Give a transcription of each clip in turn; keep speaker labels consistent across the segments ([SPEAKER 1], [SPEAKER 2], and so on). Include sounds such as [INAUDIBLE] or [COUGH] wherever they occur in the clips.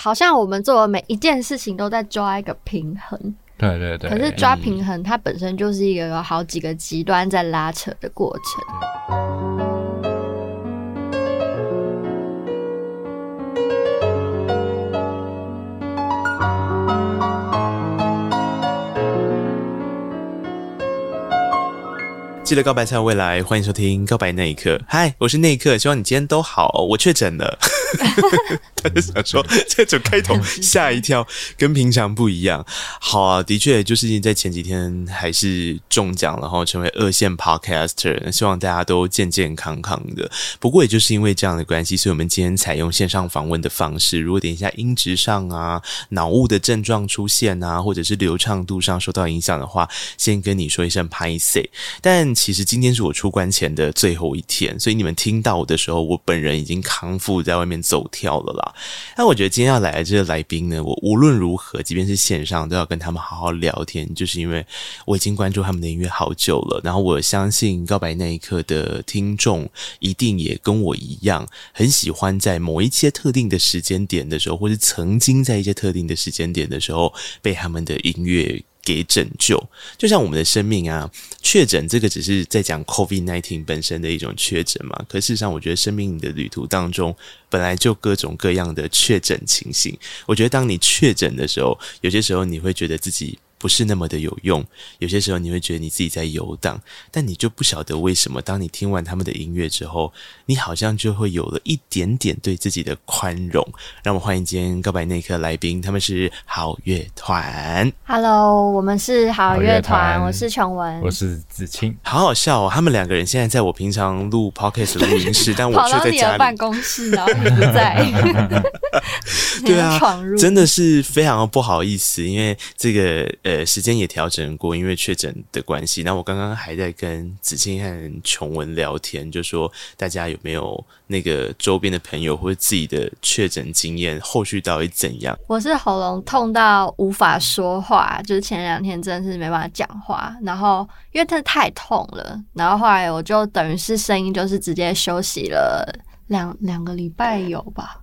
[SPEAKER 1] 好像我们做的每一件事情都在抓一个平衡，
[SPEAKER 2] 对对对。
[SPEAKER 1] 可是抓平衡它本身就是一个有好几个极端在拉扯的过程。
[SPEAKER 3] 记得告白才有未来，欢迎收听《告白那一刻》。嗨，我是那一刻，希望你今天都好。我确诊了，他就想说这种开头吓一跳，跟平常不一样。好啊，的确，就是在前几天还是中奖，然后成为二线 podcaster，希望大家都健健康康的。不过也就是因为这样的关系，所以我们今天采用线上访问的方式。如果等一下音质上啊、脑雾的症状出现啊，或者是流畅度上受到影响的话，先跟你说一声拍 C。但其实今天是我出关前的最后一天，所以你们听到我的时候，我本人已经康复，在外面走跳了啦。但我觉得今天要来的这个来宾呢，我无论如何，即便是线上，都要跟他们好好聊天，就是因为我已经关注他们的音乐好久了。然后我相信《告白那一刻》的听众一定也跟我一样，很喜欢在某一些特定的时间点的时候，或是曾经在一些特定的时间点的时候，被他们的音乐给拯救，就像我们的生命啊，确诊这个只是在讲 COVID nineteen 本身的一种确诊嘛。可事实上，我觉得生命的旅途当中，本来就各种各样的确诊情形。我觉得当你确诊的时候，有些时候你会觉得自己不是那么的有用，有些时候你会觉得你自己在游荡，但你就不晓得为什么，当你听完他们的音乐之后，你好像就会有了一点点对自己的宽容。让我们欢迎今天告白那一刻来宾，他们是好乐团。
[SPEAKER 1] Hello，我们是好乐团，
[SPEAKER 2] 好乐团
[SPEAKER 1] 我是琼文，
[SPEAKER 2] 我是子清，
[SPEAKER 3] 好好笑哦！他们两个人现在在我平常
[SPEAKER 1] [LAUGHS]
[SPEAKER 3] 录 podcast 的录音室，但我
[SPEAKER 1] 跑
[SPEAKER 3] 却
[SPEAKER 1] 到
[SPEAKER 3] 在
[SPEAKER 1] 你的
[SPEAKER 3] 家
[SPEAKER 1] 办
[SPEAKER 3] 里。
[SPEAKER 1] 公室，然后你不
[SPEAKER 3] [LAUGHS]
[SPEAKER 1] 在，
[SPEAKER 3] 对
[SPEAKER 1] 你
[SPEAKER 3] 啊
[SPEAKER 1] 要闯入，
[SPEAKER 3] 真的是非常不好意思，因为这个呃时间也调整过，因为确诊的关系。那我刚刚还在跟子清和琼文聊天，就说大家有没有那个周边的朋友或者自己的确诊经验，后续到底怎样？
[SPEAKER 1] 我是喉咙痛到无法说话，就是前两天真的是没办法讲话，然后因为真的太痛了，然后后来我就等于是声音就是直接休息了两两个礼拜有吧，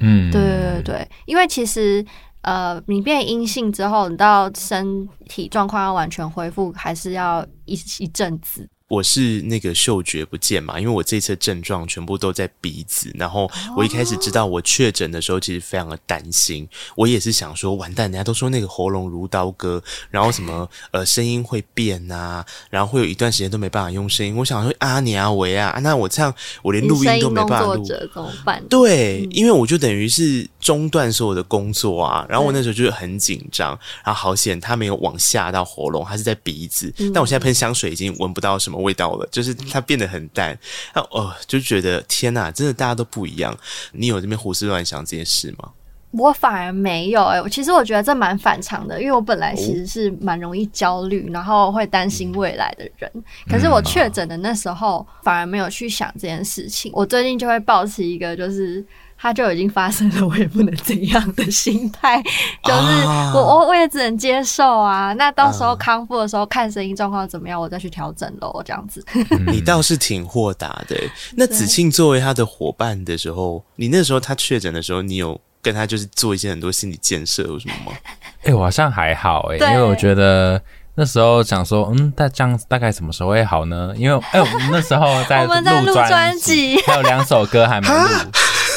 [SPEAKER 2] 嗯，
[SPEAKER 1] 对对对对，因为其实呃，你变阴性之后，你到身体状况要完全恢复，还是要一一阵子。
[SPEAKER 3] 我是那个嗅觉不见嘛，因为我这次症状全部都在鼻子，然后我一开始知道我确诊的时候，其实非常的担心，我也是想说完蛋，人家都说那个喉咙如刀割，然后什么呃声音会变啊，然后会有一段时间都没办法用声音，我想说啊你啊喂啊，啊那我这样我连
[SPEAKER 1] 你
[SPEAKER 3] 哎录
[SPEAKER 1] 声
[SPEAKER 3] 音都
[SPEAKER 1] 音
[SPEAKER 3] 没
[SPEAKER 1] 工
[SPEAKER 3] 办法
[SPEAKER 1] 作
[SPEAKER 3] 录，
[SPEAKER 1] 者怎么办？
[SPEAKER 2] 嗯
[SPEAKER 3] 对，因为我就等于是中断所有的工作啊，然后我那时候就是很紧张，然后好险它没有往下到喉咙，它是在鼻子，
[SPEAKER 2] 嗯
[SPEAKER 3] 但我现在喷香水已经闻不到什么味道了，就是它变得很淡，那哦就觉得天呐，真的大家都不一样。你有这边胡思乱想这件事吗？
[SPEAKER 1] 我反而没有哎、我其实我觉得这蛮反常的，因为我本
[SPEAKER 2] 哦
[SPEAKER 1] 来其实是蛮容易焦虑，然后会担心未来的人。可是我确诊的那时候，反而没有去想这件事情。我最近就会保持一个就是。它就已经发生了，我也不能怎样的心态， [LAUGHS] 就是
[SPEAKER 3] 啊
[SPEAKER 1] 我我我也只能接受啊。那到时
[SPEAKER 2] 嗯
[SPEAKER 1] 候康复的时候，看声音状况怎么样，我再去调整喽，这样子。 [LAUGHS]
[SPEAKER 2] 嗯
[SPEAKER 3] 你倒是挺豁达的欸。那子庆作为他的伙伴的时候，你那时候他确诊的时候，你有跟他就是做一些很多心理建设有什么吗？
[SPEAKER 2] 哎、我好像还好哎、
[SPEAKER 1] 对
[SPEAKER 2] 因为我觉得那时候想说，嗯，大这样大概什么时候会好呢？因为哎、我们那时候在
[SPEAKER 1] [LAUGHS] 我们在录
[SPEAKER 2] 专
[SPEAKER 1] 专辑
[SPEAKER 2] 还有两首
[SPEAKER 1] [LAUGHS]
[SPEAKER 2] 歌还没录，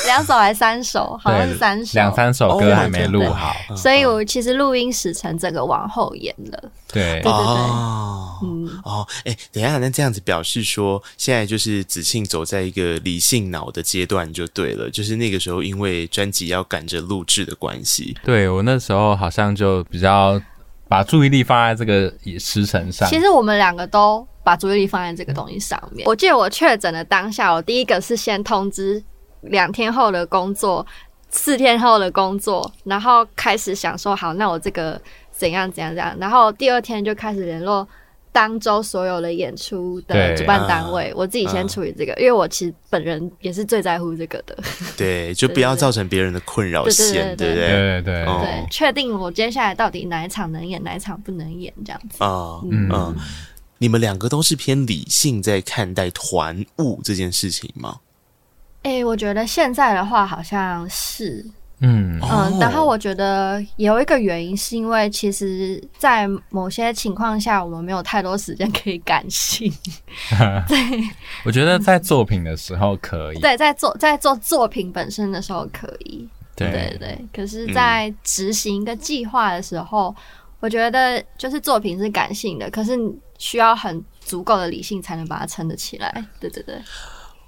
[SPEAKER 1] 两首还是三首，好像是
[SPEAKER 2] 对，
[SPEAKER 1] 三首，哦
[SPEAKER 2] 两三嗯首歌还没录
[SPEAKER 3] Oh my
[SPEAKER 2] 好，
[SPEAKER 1] 所以我其实录音时程整个往后延了。
[SPEAKER 2] 对
[SPEAKER 1] 对，对
[SPEAKER 3] 哦
[SPEAKER 1] 嗯
[SPEAKER 3] 哦，哎、等一下，那这样子表示说，现在就是子庆走在一个理性脑的阶段就对了，就是那个时候因为专辑要赶着录制的关系，
[SPEAKER 2] 对我那时候好像就比较把注意力放在这个时辰上，
[SPEAKER 1] 其实我们两个都把注意力放在这个东西上面。我记得我确诊的当下，我第一个是先通知两天后的工作，四天后的工作，然后开始想说好，那我这个怎样怎样怎样，然后第二天就开始联络。当周所有的演出的
[SPEAKER 2] 对
[SPEAKER 1] 主办单位，我自己先处理这个，因为我其实本人也是最在乎这个的。
[SPEAKER 3] 对，就不要造成别人的困扰
[SPEAKER 1] 对对
[SPEAKER 3] 线，
[SPEAKER 1] 对
[SPEAKER 2] 对
[SPEAKER 3] 不对？
[SPEAKER 2] 对对，
[SPEAKER 3] 哦
[SPEAKER 1] 对，确定我接下来到底哪一场能演，哪一场不能演，这样子。
[SPEAKER 3] 啊，
[SPEAKER 2] 嗯
[SPEAKER 3] 嗯，你们两个都是偏理性在看待团务这件事情吗？
[SPEAKER 1] 哎、我觉得现在的话好像是，
[SPEAKER 2] 嗯
[SPEAKER 1] 嗯
[SPEAKER 3] 哦，
[SPEAKER 1] 然后我觉得有一个原因是因为，其实，在某些情况下，我们没有太多时间可以感性。
[SPEAKER 2] 我觉得在作品的时候可
[SPEAKER 3] 嗯
[SPEAKER 2] 以，
[SPEAKER 1] 对，在做在做作品本身的时候可以，对
[SPEAKER 2] 对，
[SPEAKER 1] 对。可
[SPEAKER 3] 嗯
[SPEAKER 1] 是，在执行一个计划的时候，我觉得就是作品是感性的，可是你需要很足够的理性才能把它撑得起来。
[SPEAKER 3] 啊
[SPEAKER 1] 对对对，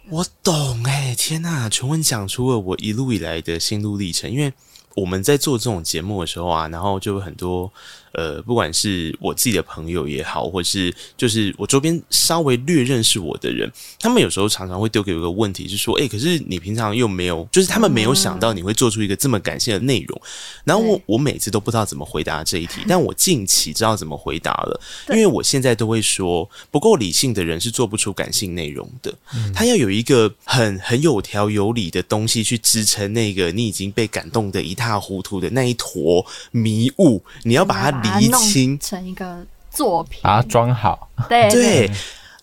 [SPEAKER 3] 我懂哎、天呐，全文讲出了我一路以来的心路历程。因为我们在做这种节目的时候啊，然后就有很多呃，不管是我自己的朋友也好，或是就是我周边稍微略认识我的人，他们有时候常常会丢给我一个问题，是说，哎、可是你平常又没有，就是他们没有想到你会做出一个这么感性的内容。然后我
[SPEAKER 1] 对
[SPEAKER 3] 我每次都不知道怎么回答这一题，但我近期知道怎么回答了，因
[SPEAKER 1] 对
[SPEAKER 3] 为我现在都会说，不够理性的人是做不出感性内容的。他要有一个很很有条有理的东西去支撑那个你已经被感动的一塌糊涂的那一坨迷雾，你要把
[SPEAKER 1] 把
[SPEAKER 3] 它厘
[SPEAKER 1] 弄
[SPEAKER 3] 清，
[SPEAKER 1] 成一个作品。
[SPEAKER 2] 把它装好，
[SPEAKER 1] 对
[SPEAKER 3] 对，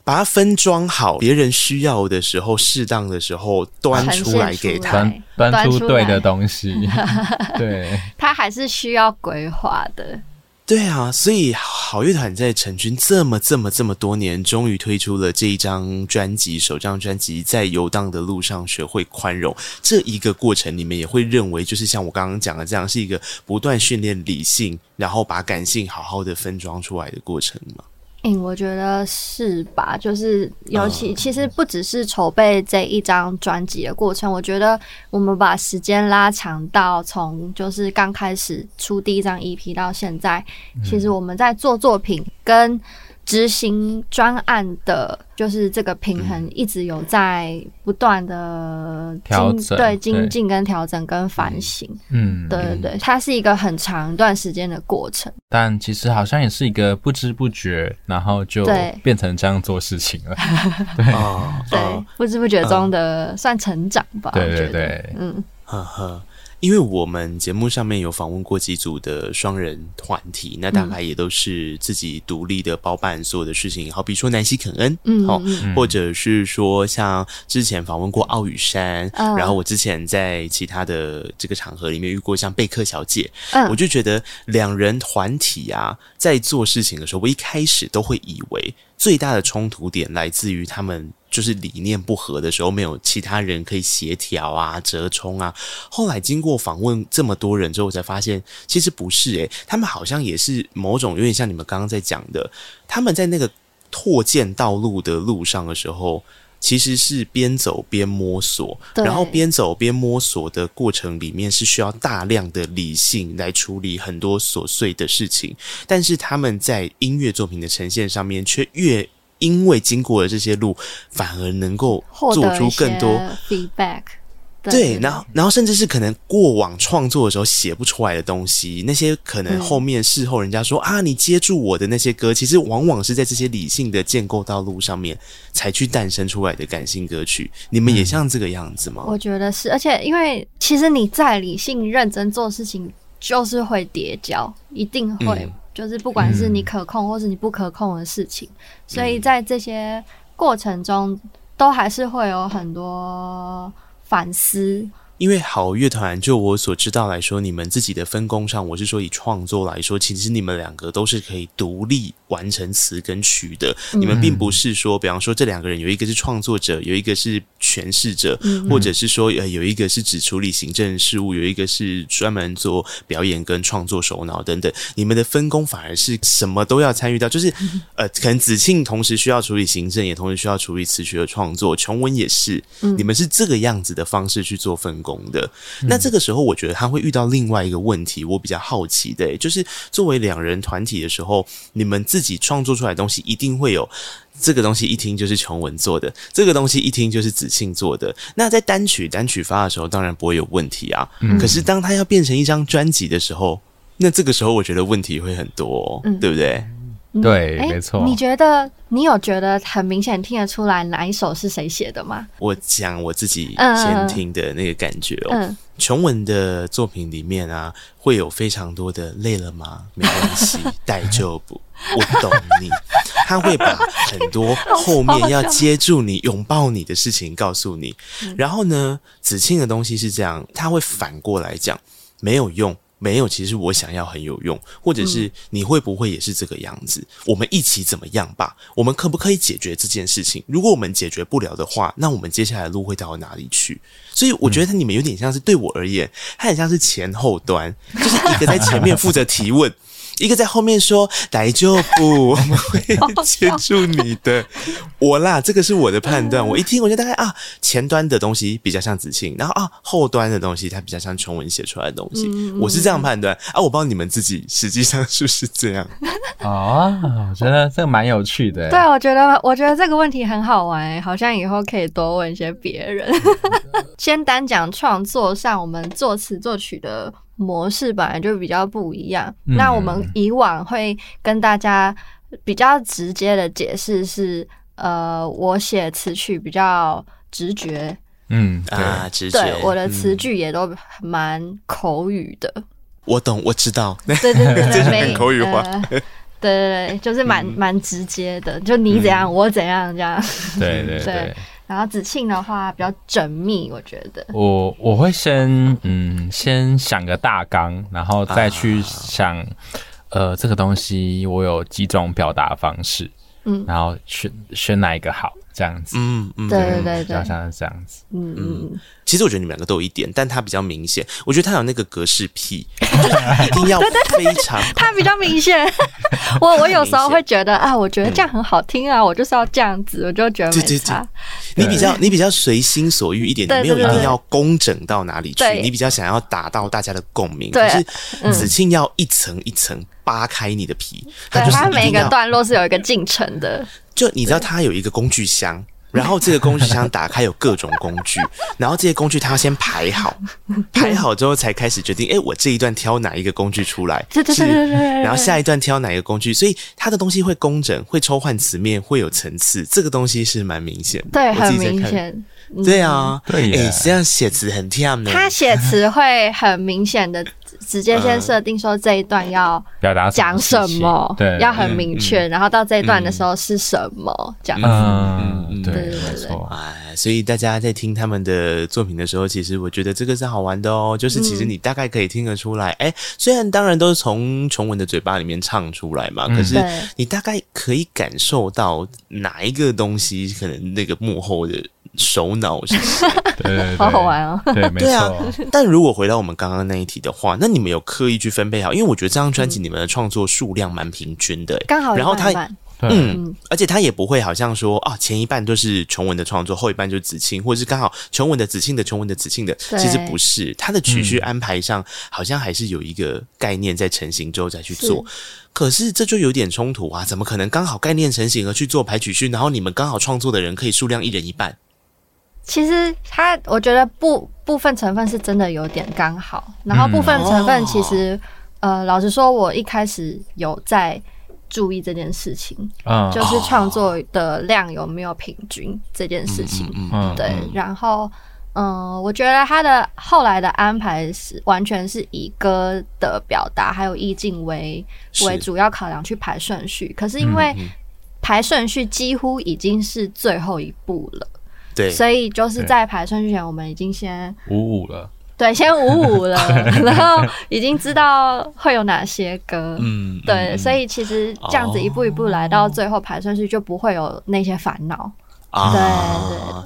[SPEAKER 3] 把它分装好，别人需要的时候，适当的时候端
[SPEAKER 1] 呈
[SPEAKER 3] 出来
[SPEAKER 1] 现
[SPEAKER 3] 给
[SPEAKER 1] 出
[SPEAKER 3] 他。
[SPEAKER 2] 端
[SPEAKER 1] 来
[SPEAKER 2] 端
[SPEAKER 1] 端
[SPEAKER 2] 出
[SPEAKER 1] 出
[SPEAKER 2] 对的
[SPEAKER 1] 来
[SPEAKER 2] 东西， [LAUGHS] 对，
[SPEAKER 1] 它还是需要规划的。
[SPEAKER 3] 对啊，所以好乐团在成军这么这么这么多年，终于推出了这一张专辑，首张专辑《在游荡的路上学会宽容》。这一个过程，你们也会认为，就是像我刚刚讲的这样，是一个不断训练理性，然后把感性好好的分装出来的过程吗？
[SPEAKER 1] 嗯，我觉得是吧？
[SPEAKER 2] 嗯
[SPEAKER 1] 就是尤其、其实不只是筹备这一张专辑的过程，我觉得我们把时间拉长到从就是刚开始出第一张 EP 到现在，其
[SPEAKER 2] 嗯
[SPEAKER 1] 实我们在做作品跟执行专案的，就是这个平衡一直有在不断的
[SPEAKER 2] 嗯调整
[SPEAKER 1] 对
[SPEAKER 2] 对
[SPEAKER 1] 精进跟调整跟反省。
[SPEAKER 2] 嗯，
[SPEAKER 1] 对对对，它是一个很长一段时间的过程。
[SPEAKER 2] 但其实好像也是一个不知不觉，然后就
[SPEAKER 1] 对
[SPEAKER 2] 变成这样做事情
[SPEAKER 1] [LAUGHS]
[SPEAKER 2] 了，
[SPEAKER 3] 啊，
[SPEAKER 1] 对，
[SPEAKER 3] 啊
[SPEAKER 1] 不知不觉中的、算成长吧。
[SPEAKER 2] 对
[SPEAKER 1] 我觉
[SPEAKER 2] 对
[SPEAKER 1] 得
[SPEAKER 2] 对
[SPEAKER 1] 嗯，
[SPEAKER 3] 呵呵，因为我们节目上面有访问过几组的双人团体，那大概也都是自己独立的包办所有的事情，好比说南希肯恩，
[SPEAKER 1] 嗯
[SPEAKER 3] 好、
[SPEAKER 1] 嗯
[SPEAKER 3] 或者是说像之前访问过奥宇山，
[SPEAKER 1] 嗯
[SPEAKER 3] 然后我之前在其他的这个场合里面遇过像贝克小姐，
[SPEAKER 1] 嗯
[SPEAKER 3] 我就觉得两人团体啊，在做事情的时候，我一开始都会以为最大的冲突点来自于他们就是理念不合的时候，没有其他人可以协调啊、折冲啊。后来经过访问这么多人之后，我才发现其实不是诶、欸他们好像也是某种有点像你们刚刚在讲的，他们在那个拓建道路的路上的时候。其实是边走边摸索，
[SPEAKER 1] 对
[SPEAKER 3] 然后边走边摸索的过程里面是需要大量的理性来处理很多琐碎的事情，但是他们在音乐作品的呈现上面却越。因为经过了这些路，反而能够
[SPEAKER 1] 获
[SPEAKER 3] 做
[SPEAKER 1] 得
[SPEAKER 3] 出
[SPEAKER 1] 一
[SPEAKER 3] 更
[SPEAKER 1] 些
[SPEAKER 3] 多
[SPEAKER 1] feedback 对。
[SPEAKER 3] 对，然后然后甚至是可能过往创作的时候写不出来的东西，那些可能
[SPEAKER 1] 嗯
[SPEAKER 3] 后面事后人家说、啊，你接住我的那些歌，其实往往是在这些理性的建构道路上面才去诞生出来的感性歌曲。你们也像这个样子吗？
[SPEAKER 1] 我觉得是，而且因为其实你再理性认真做事情，就是会叠交，一定会，
[SPEAKER 3] 嗯
[SPEAKER 1] 就是不管是你可控或是你不可控的事情，所以在这些过程中，都还是会有很多反思。
[SPEAKER 3] 因为好乐团，就我所知道来说，你们自己的分工上，我是说以创作来说，其实你们两个都是可以独立完成词跟曲的。你们并不是说，比方说这两个人有一个是创作者，有一个是诠释者，或者是说呃有一个是只处理行政事务，有一个是专门做表演跟创作首脑等等。你们的分工反而是什么都要参与到，就是呃，可能子庆同时需要处理行政，也同时需要处理词曲的创作，琼文也是。你们是这个样子的方式去做分工的。那这个时候，我觉得他会遇到另外一个问题，我比较好奇的、就是作为两人团体的时候，你们自己创作出来的东西一定会有。这个东西一听就是琼文做的，这个东西一听就是子庆做的。那在单曲单曲发的时候，当然不会有问题啊。可是当它要变成一张专辑的时候，那这个时候我觉得问题会很多、哦，
[SPEAKER 1] 嗯
[SPEAKER 3] 对不对？
[SPEAKER 1] 嗯
[SPEAKER 2] 对
[SPEAKER 1] 诶
[SPEAKER 2] 没错
[SPEAKER 1] 你觉得你有觉得很明显听得出来哪一首是谁写的吗？
[SPEAKER 3] 我讲我自己
[SPEAKER 1] 嗯
[SPEAKER 3] 先听的那个感觉哦。
[SPEAKER 1] 嗯，
[SPEAKER 3] 琼文的作品里面啊，会有非常多的累了吗？没关系，带就补，我懂你。他会把很多后面要接住你、拥抱你的事情告诉你。然后呢，子庆的东西是这样，他会反过来讲，没有用。没有，其实我想要很有用，或者是你会不会也是这个样子？我们一起怎么样吧？我们可不可以解决这件事情？如果我们解决不了的话，那我们接下来的路会到哪里去？所以我觉得你们有点像是对我而言，它很像是前后端，就是一个在前面负责提问。 [LAUGHS] 一个在后面说“来就 [LAUGHS] 不”，我们会接住你的。 [LAUGHS] 我啦，这个是我的判断。我一听，我就大概啊，前端的东西比较像子庆，然后啊，后端的东西它比较像琼文写出来的东西。我是这样判断啊，我不知道你们自己实际上是不是这样。
[SPEAKER 2] 哦，我觉得这个蛮有趣的。
[SPEAKER 1] 对，啊我觉得我觉得这个问题很好玩、欸，好像以后可以多问一些别人。 [LAUGHS] 先单讲创作上，我们作词作曲的模式本来就比较不一样。
[SPEAKER 2] 嗯
[SPEAKER 1] 那我们以往会跟大家比较直接的解释是，呃，我写词曲比较直觉，
[SPEAKER 2] 嗯，对，
[SPEAKER 3] 啊，直觉
[SPEAKER 1] 对，我的词
[SPEAKER 3] 嗯
[SPEAKER 1] 句也都蛮口语的。 [LAUGHS]
[SPEAKER 3] 我懂，我知道。
[SPEAKER 1] 对对对，
[SPEAKER 3] 嗯这
[SPEAKER 1] 对，
[SPEAKER 3] 是
[SPEAKER 1] 没
[SPEAKER 3] 很口语化嗯
[SPEAKER 1] 呃对对对，就是蛮蛮直接的，就你怎样，我怎样这样。
[SPEAKER 2] 对对
[SPEAKER 1] 对
[SPEAKER 2] 对。
[SPEAKER 1] 然后子庆的话比较缜密，我觉得。
[SPEAKER 2] 我我会先嗯先想个大纲，然后再去想，呃，这个东西我有几种表达方式，
[SPEAKER 1] 嗯
[SPEAKER 2] 然后选选哪一个好，这样子，
[SPEAKER 3] 嗯嗯，
[SPEAKER 1] 对对对对
[SPEAKER 2] 比较，像是这样子，
[SPEAKER 1] 嗯嗯，
[SPEAKER 3] 其实我觉得你们两个都有一点，但他比较明显。我觉得他有那个格式癖，就是一定要非常
[SPEAKER 1] 他比较明显。我我有时候会觉得啊，我觉得这样很好听啊，我就是要这样子，我就觉得
[SPEAKER 3] 对
[SPEAKER 1] 没
[SPEAKER 3] 对
[SPEAKER 1] 差。
[SPEAKER 3] 你比较你比较随心所欲一点，你
[SPEAKER 1] 对
[SPEAKER 3] 没有一
[SPEAKER 1] 对对
[SPEAKER 3] 定要工整到哪里去，
[SPEAKER 1] 对
[SPEAKER 3] 你比较想要达到大家的共鸣。可
[SPEAKER 1] 对嗯
[SPEAKER 3] 是子庆要一层一层扒开你的皮，
[SPEAKER 1] 对，
[SPEAKER 3] 就是
[SPEAKER 1] 他
[SPEAKER 3] 一定
[SPEAKER 1] 每个
[SPEAKER 3] 要
[SPEAKER 1] 段落是有一个进程的。
[SPEAKER 3] 就你知道他有一个工具箱。然后这个工具箱打开有各种工
[SPEAKER 1] [LAUGHS]
[SPEAKER 3] 具，然后这些工具他要先排好，排好之后才开始决定，哎，我这一段挑哪一个工具出来，
[SPEAKER 1] 对对对对对对对
[SPEAKER 3] 然后下一段挑哪一个工具，所以他的东西会工整，会抽换词面，会有层次，这个东西是蛮明显的。
[SPEAKER 1] 对，
[SPEAKER 3] 我自
[SPEAKER 1] 很
[SPEAKER 3] 己在
[SPEAKER 1] 明
[SPEAKER 3] 看
[SPEAKER 1] 显。
[SPEAKER 3] 对啊，
[SPEAKER 2] 嗯对耶
[SPEAKER 3] 哎、这样写词很跳呢。
[SPEAKER 1] 他写词会很明显的直接先设定说这一段要
[SPEAKER 2] 表达
[SPEAKER 1] 讲
[SPEAKER 2] 什
[SPEAKER 1] 什
[SPEAKER 2] 事情
[SPEAKER 1] 么，
[SPEAKER 2] 对，
[SPEAKER 1] 要很明确，然后到这一段的时候是什么这样子。
[SPEAKER 2] 嗯，
[SPEAKER 3] 嗯
[SPEAKER 2] 对，
[SPEAKER 1] 对对对
[SPEAKER 2] 没错，
[SPEAKER 3] 哎，所以大家在听他们的作品的时候，其实我觉得这个是好玩的哦。就是其实你大概可以听得出来，哎、虽然当然都是从琼文的嘴巴里面唱出来嘛，可
[SPEAKER 2] 嗯
[SPEAKER 3] 是
[SPEAKER 1] 对
[SPEAKER 3] 你大概可以感受到哪一个东西，可能那个幕后的首脑是谁。
[SPEAKER 2] 对对对，
[SPEAKER 1] 好好玩哦，
[SPEAKER 2] 对，没
[SPEAKER 3] 对啊
[SPEAKER 2] 错，
[SPEAKER 3] 但如果回到我们刚刚那一题的话，那你们有刻意去分配好？因为我觉得这张专辑你们的创作数量蛮平均的、哎
[SPEAKER 1] 刚好一
[SPEAKER 3] 然后
[SPEAKER 1] 半
[SPEAKER 3] 他
[SPEAKER 1] 一半
[SPEAKER 2] 对，
[SPEAKER 3] 嗯，而且他也不会好像说啊，前一半都是琼文的创作，后一半就是子庆，或者是刚好琼文的子庆的、琼文的子庆的，
[SPEAKER 1] 对
[SPEAKER 3] 其实不是，他的曲序安排上好像还是有一个概念在成型之后再去做。可是这就有点冲突啊！怎么可能刚好概念成型而去做排曲序，然后你们刚好创作的人可以数量一人一半？
[SPEAKER 1] 其实它，我觉得部部分成分是真的有点刚好，然后
[SPEAKER 2] 嗯
[SPEAKER 1] 部分成分
[SPEAKER 3] 哦
[SPEAKER 1] 其实，呃，老实说，我一开始有在注意这件事情，
[SPEAKER 3] 哦
[SPEAKER 2] 嗯
[SPEAKER 1] 就是创作的量有没有平均这件事情。
[SPEAKER 3] 嗯
[SPEAKER 2] 嗯，
[SPEAKER 1] 对，然后嗯，我觉得他的后来的安排是完全是以歌的表达还有意境为
[SPEAKER 3] 是
[SPEAKER 1] 为主要考量去排顺序，可是因为
[SPEAKER 3] 嗯
[SPEAKER 1] 排顺序几乎已经是最后一步了，
[SPEAKER 3] 对，
[SPEAKER 1] 所以就是
[SPEAKER 2] 对
[SPEAKER 1] 在排顺序前，我们已经先
[SPEAKER 2] 五五了，
[SPEAKER 1] 对先五五了，然后已经知道会有哪些歌。
[SPEAKER 3] 嗯，
[SPEAKER 1] 对，所
[SPEAKER 3] 以
[SPEAKER 1] 以其实这样子一步一步来到最后排顺序，就不会有那些烦恼。对对
[SPEAKER 3] 啊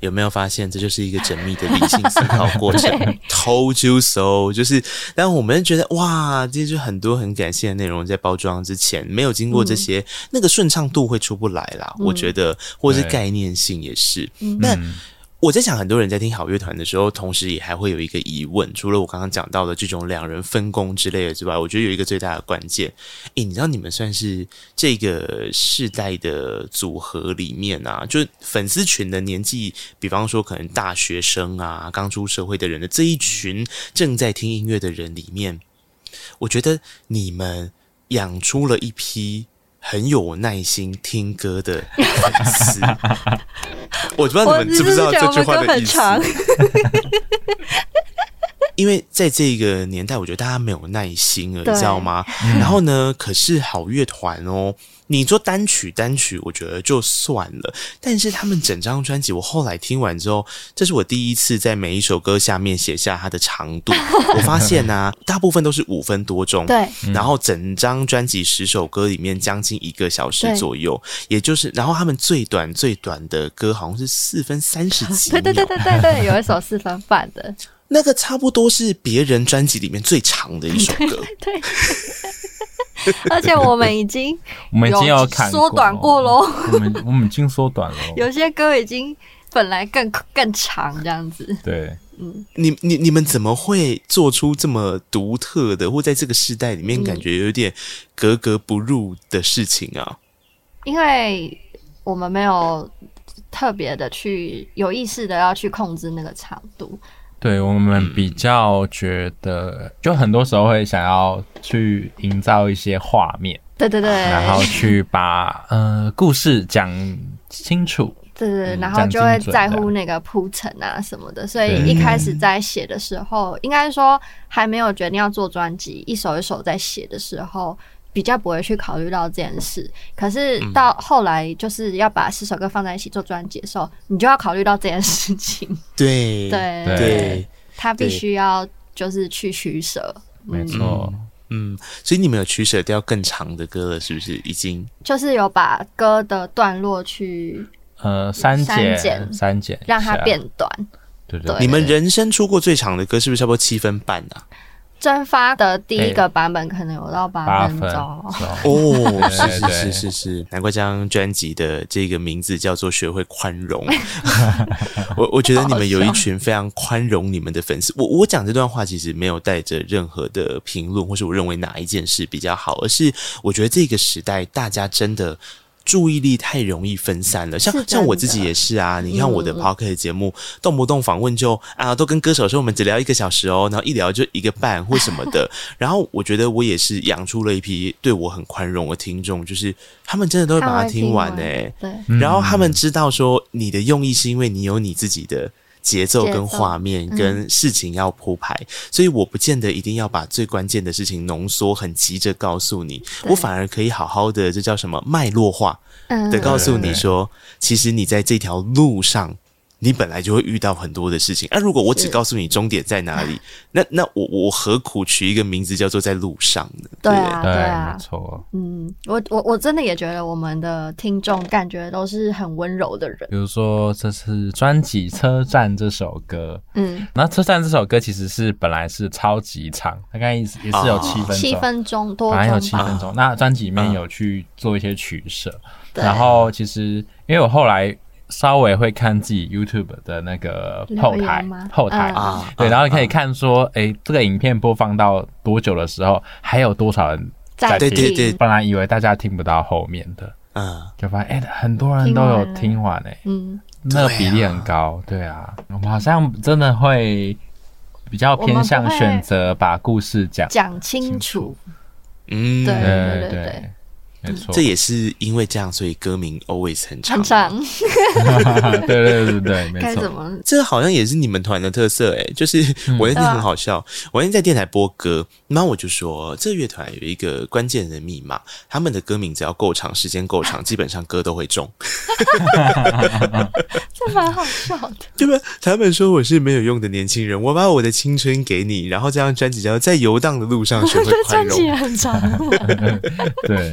[SPEAKER 3] 有没有发现，这就是一个缜密的理性思考过
[SPEAKER 1] [LAUGHS]
[SPEAKER 3] 程？Told you so，就是，但我们觉得哇，这就是很多很感性的内容在包装之前，没有经过这
[SPEAKER 1] 嗯
[SPEAKER 3] 些，那个顺畅度会出不来啦。我觉得，或是
[SPEAKER 2] 对
[SPEAKER 3] 概念性也是。那
[SPEAKER 2] 嗯
[SPEAKER 3] 我在想，很多人在听好乐团的时候，同时也还会有一个疑问，除了我刚刚讲到的这种两人分工之类的之外，我觉得有一个最大的关键，诶，你知道你们算是这个世代的组合里面啊，就是粉丝群的年纪，比方说可能大学生啊，刚出社会的人的这一群正在听音乐的人里面，我觉得你们养出了一批。很有耐心听歌的粉丝， [LAUGHS] 我不知道
[SPEAKER 1] 我
[SPEAKER 3] 你们知不知道
[SPEAKER 1] 只
[SPEAKER 3] 这
[SPEAKER 1] 是
[SPEAKER 3] 句
[SPEAKER 1] 觉得我
[SPEAKER 3] 话
[SPEAKER 1] 们歌
[SPEAKER 3] 的意
[SPEAKER 1] 很
[SPEAKER 3] 思。
[SPEAKER 1] 长，
[SPEAKER 3] 因为在这个年代，我觉得大家没有耐心了，你
[SPEAKER 1] 对
[SPEAKER 3] 知
[SPEAKER 1] [LAUGHS]
[SPEAKER 3] 道吗？然后呢，可是好乐团哦，你做单曲单曲，我觉得就算了，但是他们整张专辑，我后来听完之后，这是我第一次在每一首歌下面写下它的长
[SPEAKER 1] [LAUGHS]
[SPEAKER 3] 度，我发现啊，大部分都是五分多钟，
[SPEAKER 1] 对，
[SPEAKER 3] 然后整张专辑十首歌里面将近一个小时
[SPEAKER 1] 对
[SPEAKER 3] 左右，也就是，然后他们最短最短的歌好像是四分三十几
[SPEAKER 1] [LAUGHS]
[SPEAKER 3] 秒，
[SPEAKER 1] 对对对对对对，有一首四分半的，
[SPEAKER 3] 那个差不多是别人专辑里面最长的一首歌。
[SPEAKER 1] [LAUGHS] 对。而且我们已经
[SPEAKER 2] 我们已经有看
[SPEAKER 1] 缩短过
[SPEAKER 2] 喽，
[SPEAKER 1] 喽，
[SPEAKER 2] 我们我们已经缩短了，
[SPEAKER 1] [LAUGHS] 有些歌已经本来更更长这样子。
[SPEAKER 2] 对，
[SPEAKER 3] 你你你们怎么会做出这么独特的，或在这个时代里面感觉有点格格不入的事情啊？
[SPEAKER 1] 因为我们没有特别的去有意识的要去控制那个长度，
[SPEAKER 2] 对我们比较觉得，就很多时候会想要去营造一些画面，
[SPEAKER 1] 对对对，
[SPEAKER 2] 然后去把
[SPEAKER 1] 嗯
[SPEAKER 2] 呃故事讲清楚。
[SPEAKER 1] 对对对，
[SPEAKER 2] 嗯
[SPEAKER 1] 然
[SPEAKER 2] 这
[SPEAKER 1] 后
[SPEAKER 2] 样
[SPEAKER 1] 就会
[SPEAKER 2] 精准
[SPEAKER 1] 在
[SPEAKER 2] 的
[SPEAKER 1] 乎那个铺陈啊什么的，所以
[SPEAKER 2] 对
[SPEAKER 1] 一开始在写的时候，应该说还没有决定要做专辑，一首一首在写的时候。比较不会去考虑到这件事，可是到后来就是要把十首歌放在一起做专辑的时候，你就要考虑到这件事情。
[SPEAKER 3] 对
[SPEAKER 1] 对
[SPEAKER 2] 对
[SPEAKER 3] 对，
[SPEAKER 1] 他必
[SPEAKER 3] 对
[SPEAKER 1] 须要就是去取舍，
[SPEAKER 2] 没错，
[SPEAKER 3] 嗯，所以你们有取舍掉更长的歌了，是不是？已经
[SPEAKER 1] 就是有把歌的段落去
[SPEAKER 2] 呃，删
[SPEAKER 1] 删
[SPEAKER 2] 减
[SPEAKER 1] 减
[SPEAKER 2] 删减一下，
[SPEAKER 1] 让它变短。
[SPEAKER 2] 对对
[SPEAKER 1] 对
[SPEAKER 3] 你们人生出过最长的歌是不是差不多七分半啊？
[SPEAKER 1] 蒸发的第一个版本可能有到
[SPEAKER 2] 八
[SPEAKER 1] 八
[SPEAKER 2] 分
[SPEAKER 1] 分钟，
[SPEAKER 2] 是吧
[SPEAKER 3] 哦，
[SPEAKER 2] 对
[SPEAKER 3] 是
[SPEAKER 2] 对
[SPEAKER 3] 是是是是，难怪这张专辑的这个名字叫做“学会宽容”我。我觉得你们有一群非常宽容你们的粉丝。我我讲这段话其实没有带着任何的评论，或是我认为哪一件事比较好，而是我觉得这个时代大家真的。注意力太容易分散了，像
[SPEAKER 1] 是真
[SPEAKER 3] 像我
[SPEAKER 1] 的
[SPEAKER 3] 自己也是啊。
[SPEAKER 1] 嗯
[SPEAKER 3] 你看我的 p o c k e t 节目，动不动访问就啊，都跟歌手说我们只聊一个小时哦，然后一聊就一个半或什么
[SPEAKER 1] [LAUGHS]
[SPEAKER 3] 的。然后我觉得我也是养出了一批对我很宽容的听众，就是他们真的都会
[SPEAKER 1] 他
[SPEAKER 3] 把它
[SPEAKER 1] 会
[SPEAKER 3] 听完欸诶、
[SPEAKER 1] 对，
[SPEAKER 2] 嗯
[SPEAKER 3] 然后他们知道说你的用意是因为你有你自己的节奏
[SPEAKER 1] 节
[SPEAKER 3] 跟
[SPEAKER 1] 奏
[SPEAKER 3] 画面
[SPEAKER 1] 嗯
[SPEAKER 3] 跟事情要铺排，所以我不见得一定要把最关键的事情浓缩，很急着告诉你，
[SPEAKER 1] 对
[SPEAKER 3] 我反而可以好好的，这叫什么脉络化
[SPEAKER 1] 嗯
[SPEAKER 3] 的告诉你
[SPEAKER 2] 对
[SPEAKER 3] 说，其实你在这条路上。你本来就会遇到很多的事情，那、啊如果我只
[SPEAKER 1] 是
[SPEAKER 3] 告诉你终点在
[SPEAKER 1] [LAUGHS]
[SPEAKER 3] 哪里，那那我我何苦取一个名字叫做在路上呢？
[SPEAKER 1] 对
[SPEAKER 3] 不
[SPEAKER 1] 啊，[LAUGHS]
[SPEAKER 2] 对
[SPEAKER 1] 对
[SPEAKER 2] 没
[SPEAKER 1] 啊，
[SPEAKER 2] 错。
[SPEAKER 1] 嗯，我我我真的也觉得我们的听众感觉都是很温柔的人，
[SPEAKER 2] 比如说这次专辑《车站》这首歌，
[SPEAKER 1] 嗯，
[SPEAKER 2] 那《车站》这首歌其实是本来是超级长，大概也是也是有
[SPEAKER 3] 哦
[SPEAKER 2] 七分
[SPEAKER 1] 嗯
[SPEAKER 2] 钟，
[SPEAKER 1] 七分钟多
[SPEAKER 2] 本来有
[SPEAKER 1] 钟
[SPEAKER 2] 七
[SPEAKER 1] 吧，
[SPEAKER 2] 分钟。那专辑里面
[SPEAKER 3] 嗯
[SPEAKER 2] 有去做一些取舍，
[SPEAKER 1] 对
[SPEAKER 2] 然后其实因为我后来稍微会看自己 YouTube 的那个
[SPEAKER 1] 留
[SPEAKER 2] 后
[SPEAKER 1] 言
[SPEAKER 2] 台
[SPEAKER 1] 吗
[SPEAKER 2] 后台
[SPEAKER 1] 嗯
[SPEAKER 3] 啊，
[SPEAKER 2] 对，
[SPEAKER 3] 啊
[SPEAKER 2] 然后你可以看说，诶，这个影片播放到多久的时候，还有多少人
[SPEAKER 1] 再
[SPEAKER 2] 对
[SPEAKER 3] 对
[SPEAKER 1] 听
[SPEAKER 3] 对
[SPEAKER 2] 本来以为大家听不到后面的，
[SPEAKER 3] 嗯，
[SPEAKER 2] 就发现哎、很多人都有听完哎、
[SPEAKER 1] 嗯，
[SPEAKER 2] 那个
[SPEAKER 3] 啊
[SPEAKER 2] 比例很高，对啊，我们好像真的会比较偏向选择把故事讲，
[SPEAKER 1] 讲清楚，
[SPEAKER 3] 嗯，
[SPEAKER 1] 对
[SPEAKER 2] 对
[SPEAKER 1] 对对
[SPEAKER 2] 没错，
[SPEAKER 3] 这也是因为这样，所以歌名 always 很长。
[SPEAKER 1] 常常
[SPEAKER 2] [LAUGHS] 对对对对，没
[SPEAKER 1] 该怎
[SPEAKER 2] 错，
[SPEAKER 1] 么
[SPEAKER 3] 这好像也是你们团的特色诶、就是
[SPEAKER 2] 嗯
[SPEAKER 3] 我那天
[SPEAKER 1] 啊
[SPEAKER 3] 很好笑，我那天在电台播歌，然后我就说这乐团有一个关键的密码，他们的歌名只要够长，时间够长，基本上歌都会中，
[SPEAKER 1] 这蛮好笑的，
[SPEAKER 3] 对吧？他们说我是没有用的年轻人，我把我的青春给你，然后这张专辑叫在游荡的路上学会
[SPEAKER 1] 这
[SPEAKER 3] 宽
[SPEAKER 1] 专辑啊
[SPEAKER 3] 容。
[SPEAKER 1] 很长，
[SPEAKER 2] 对，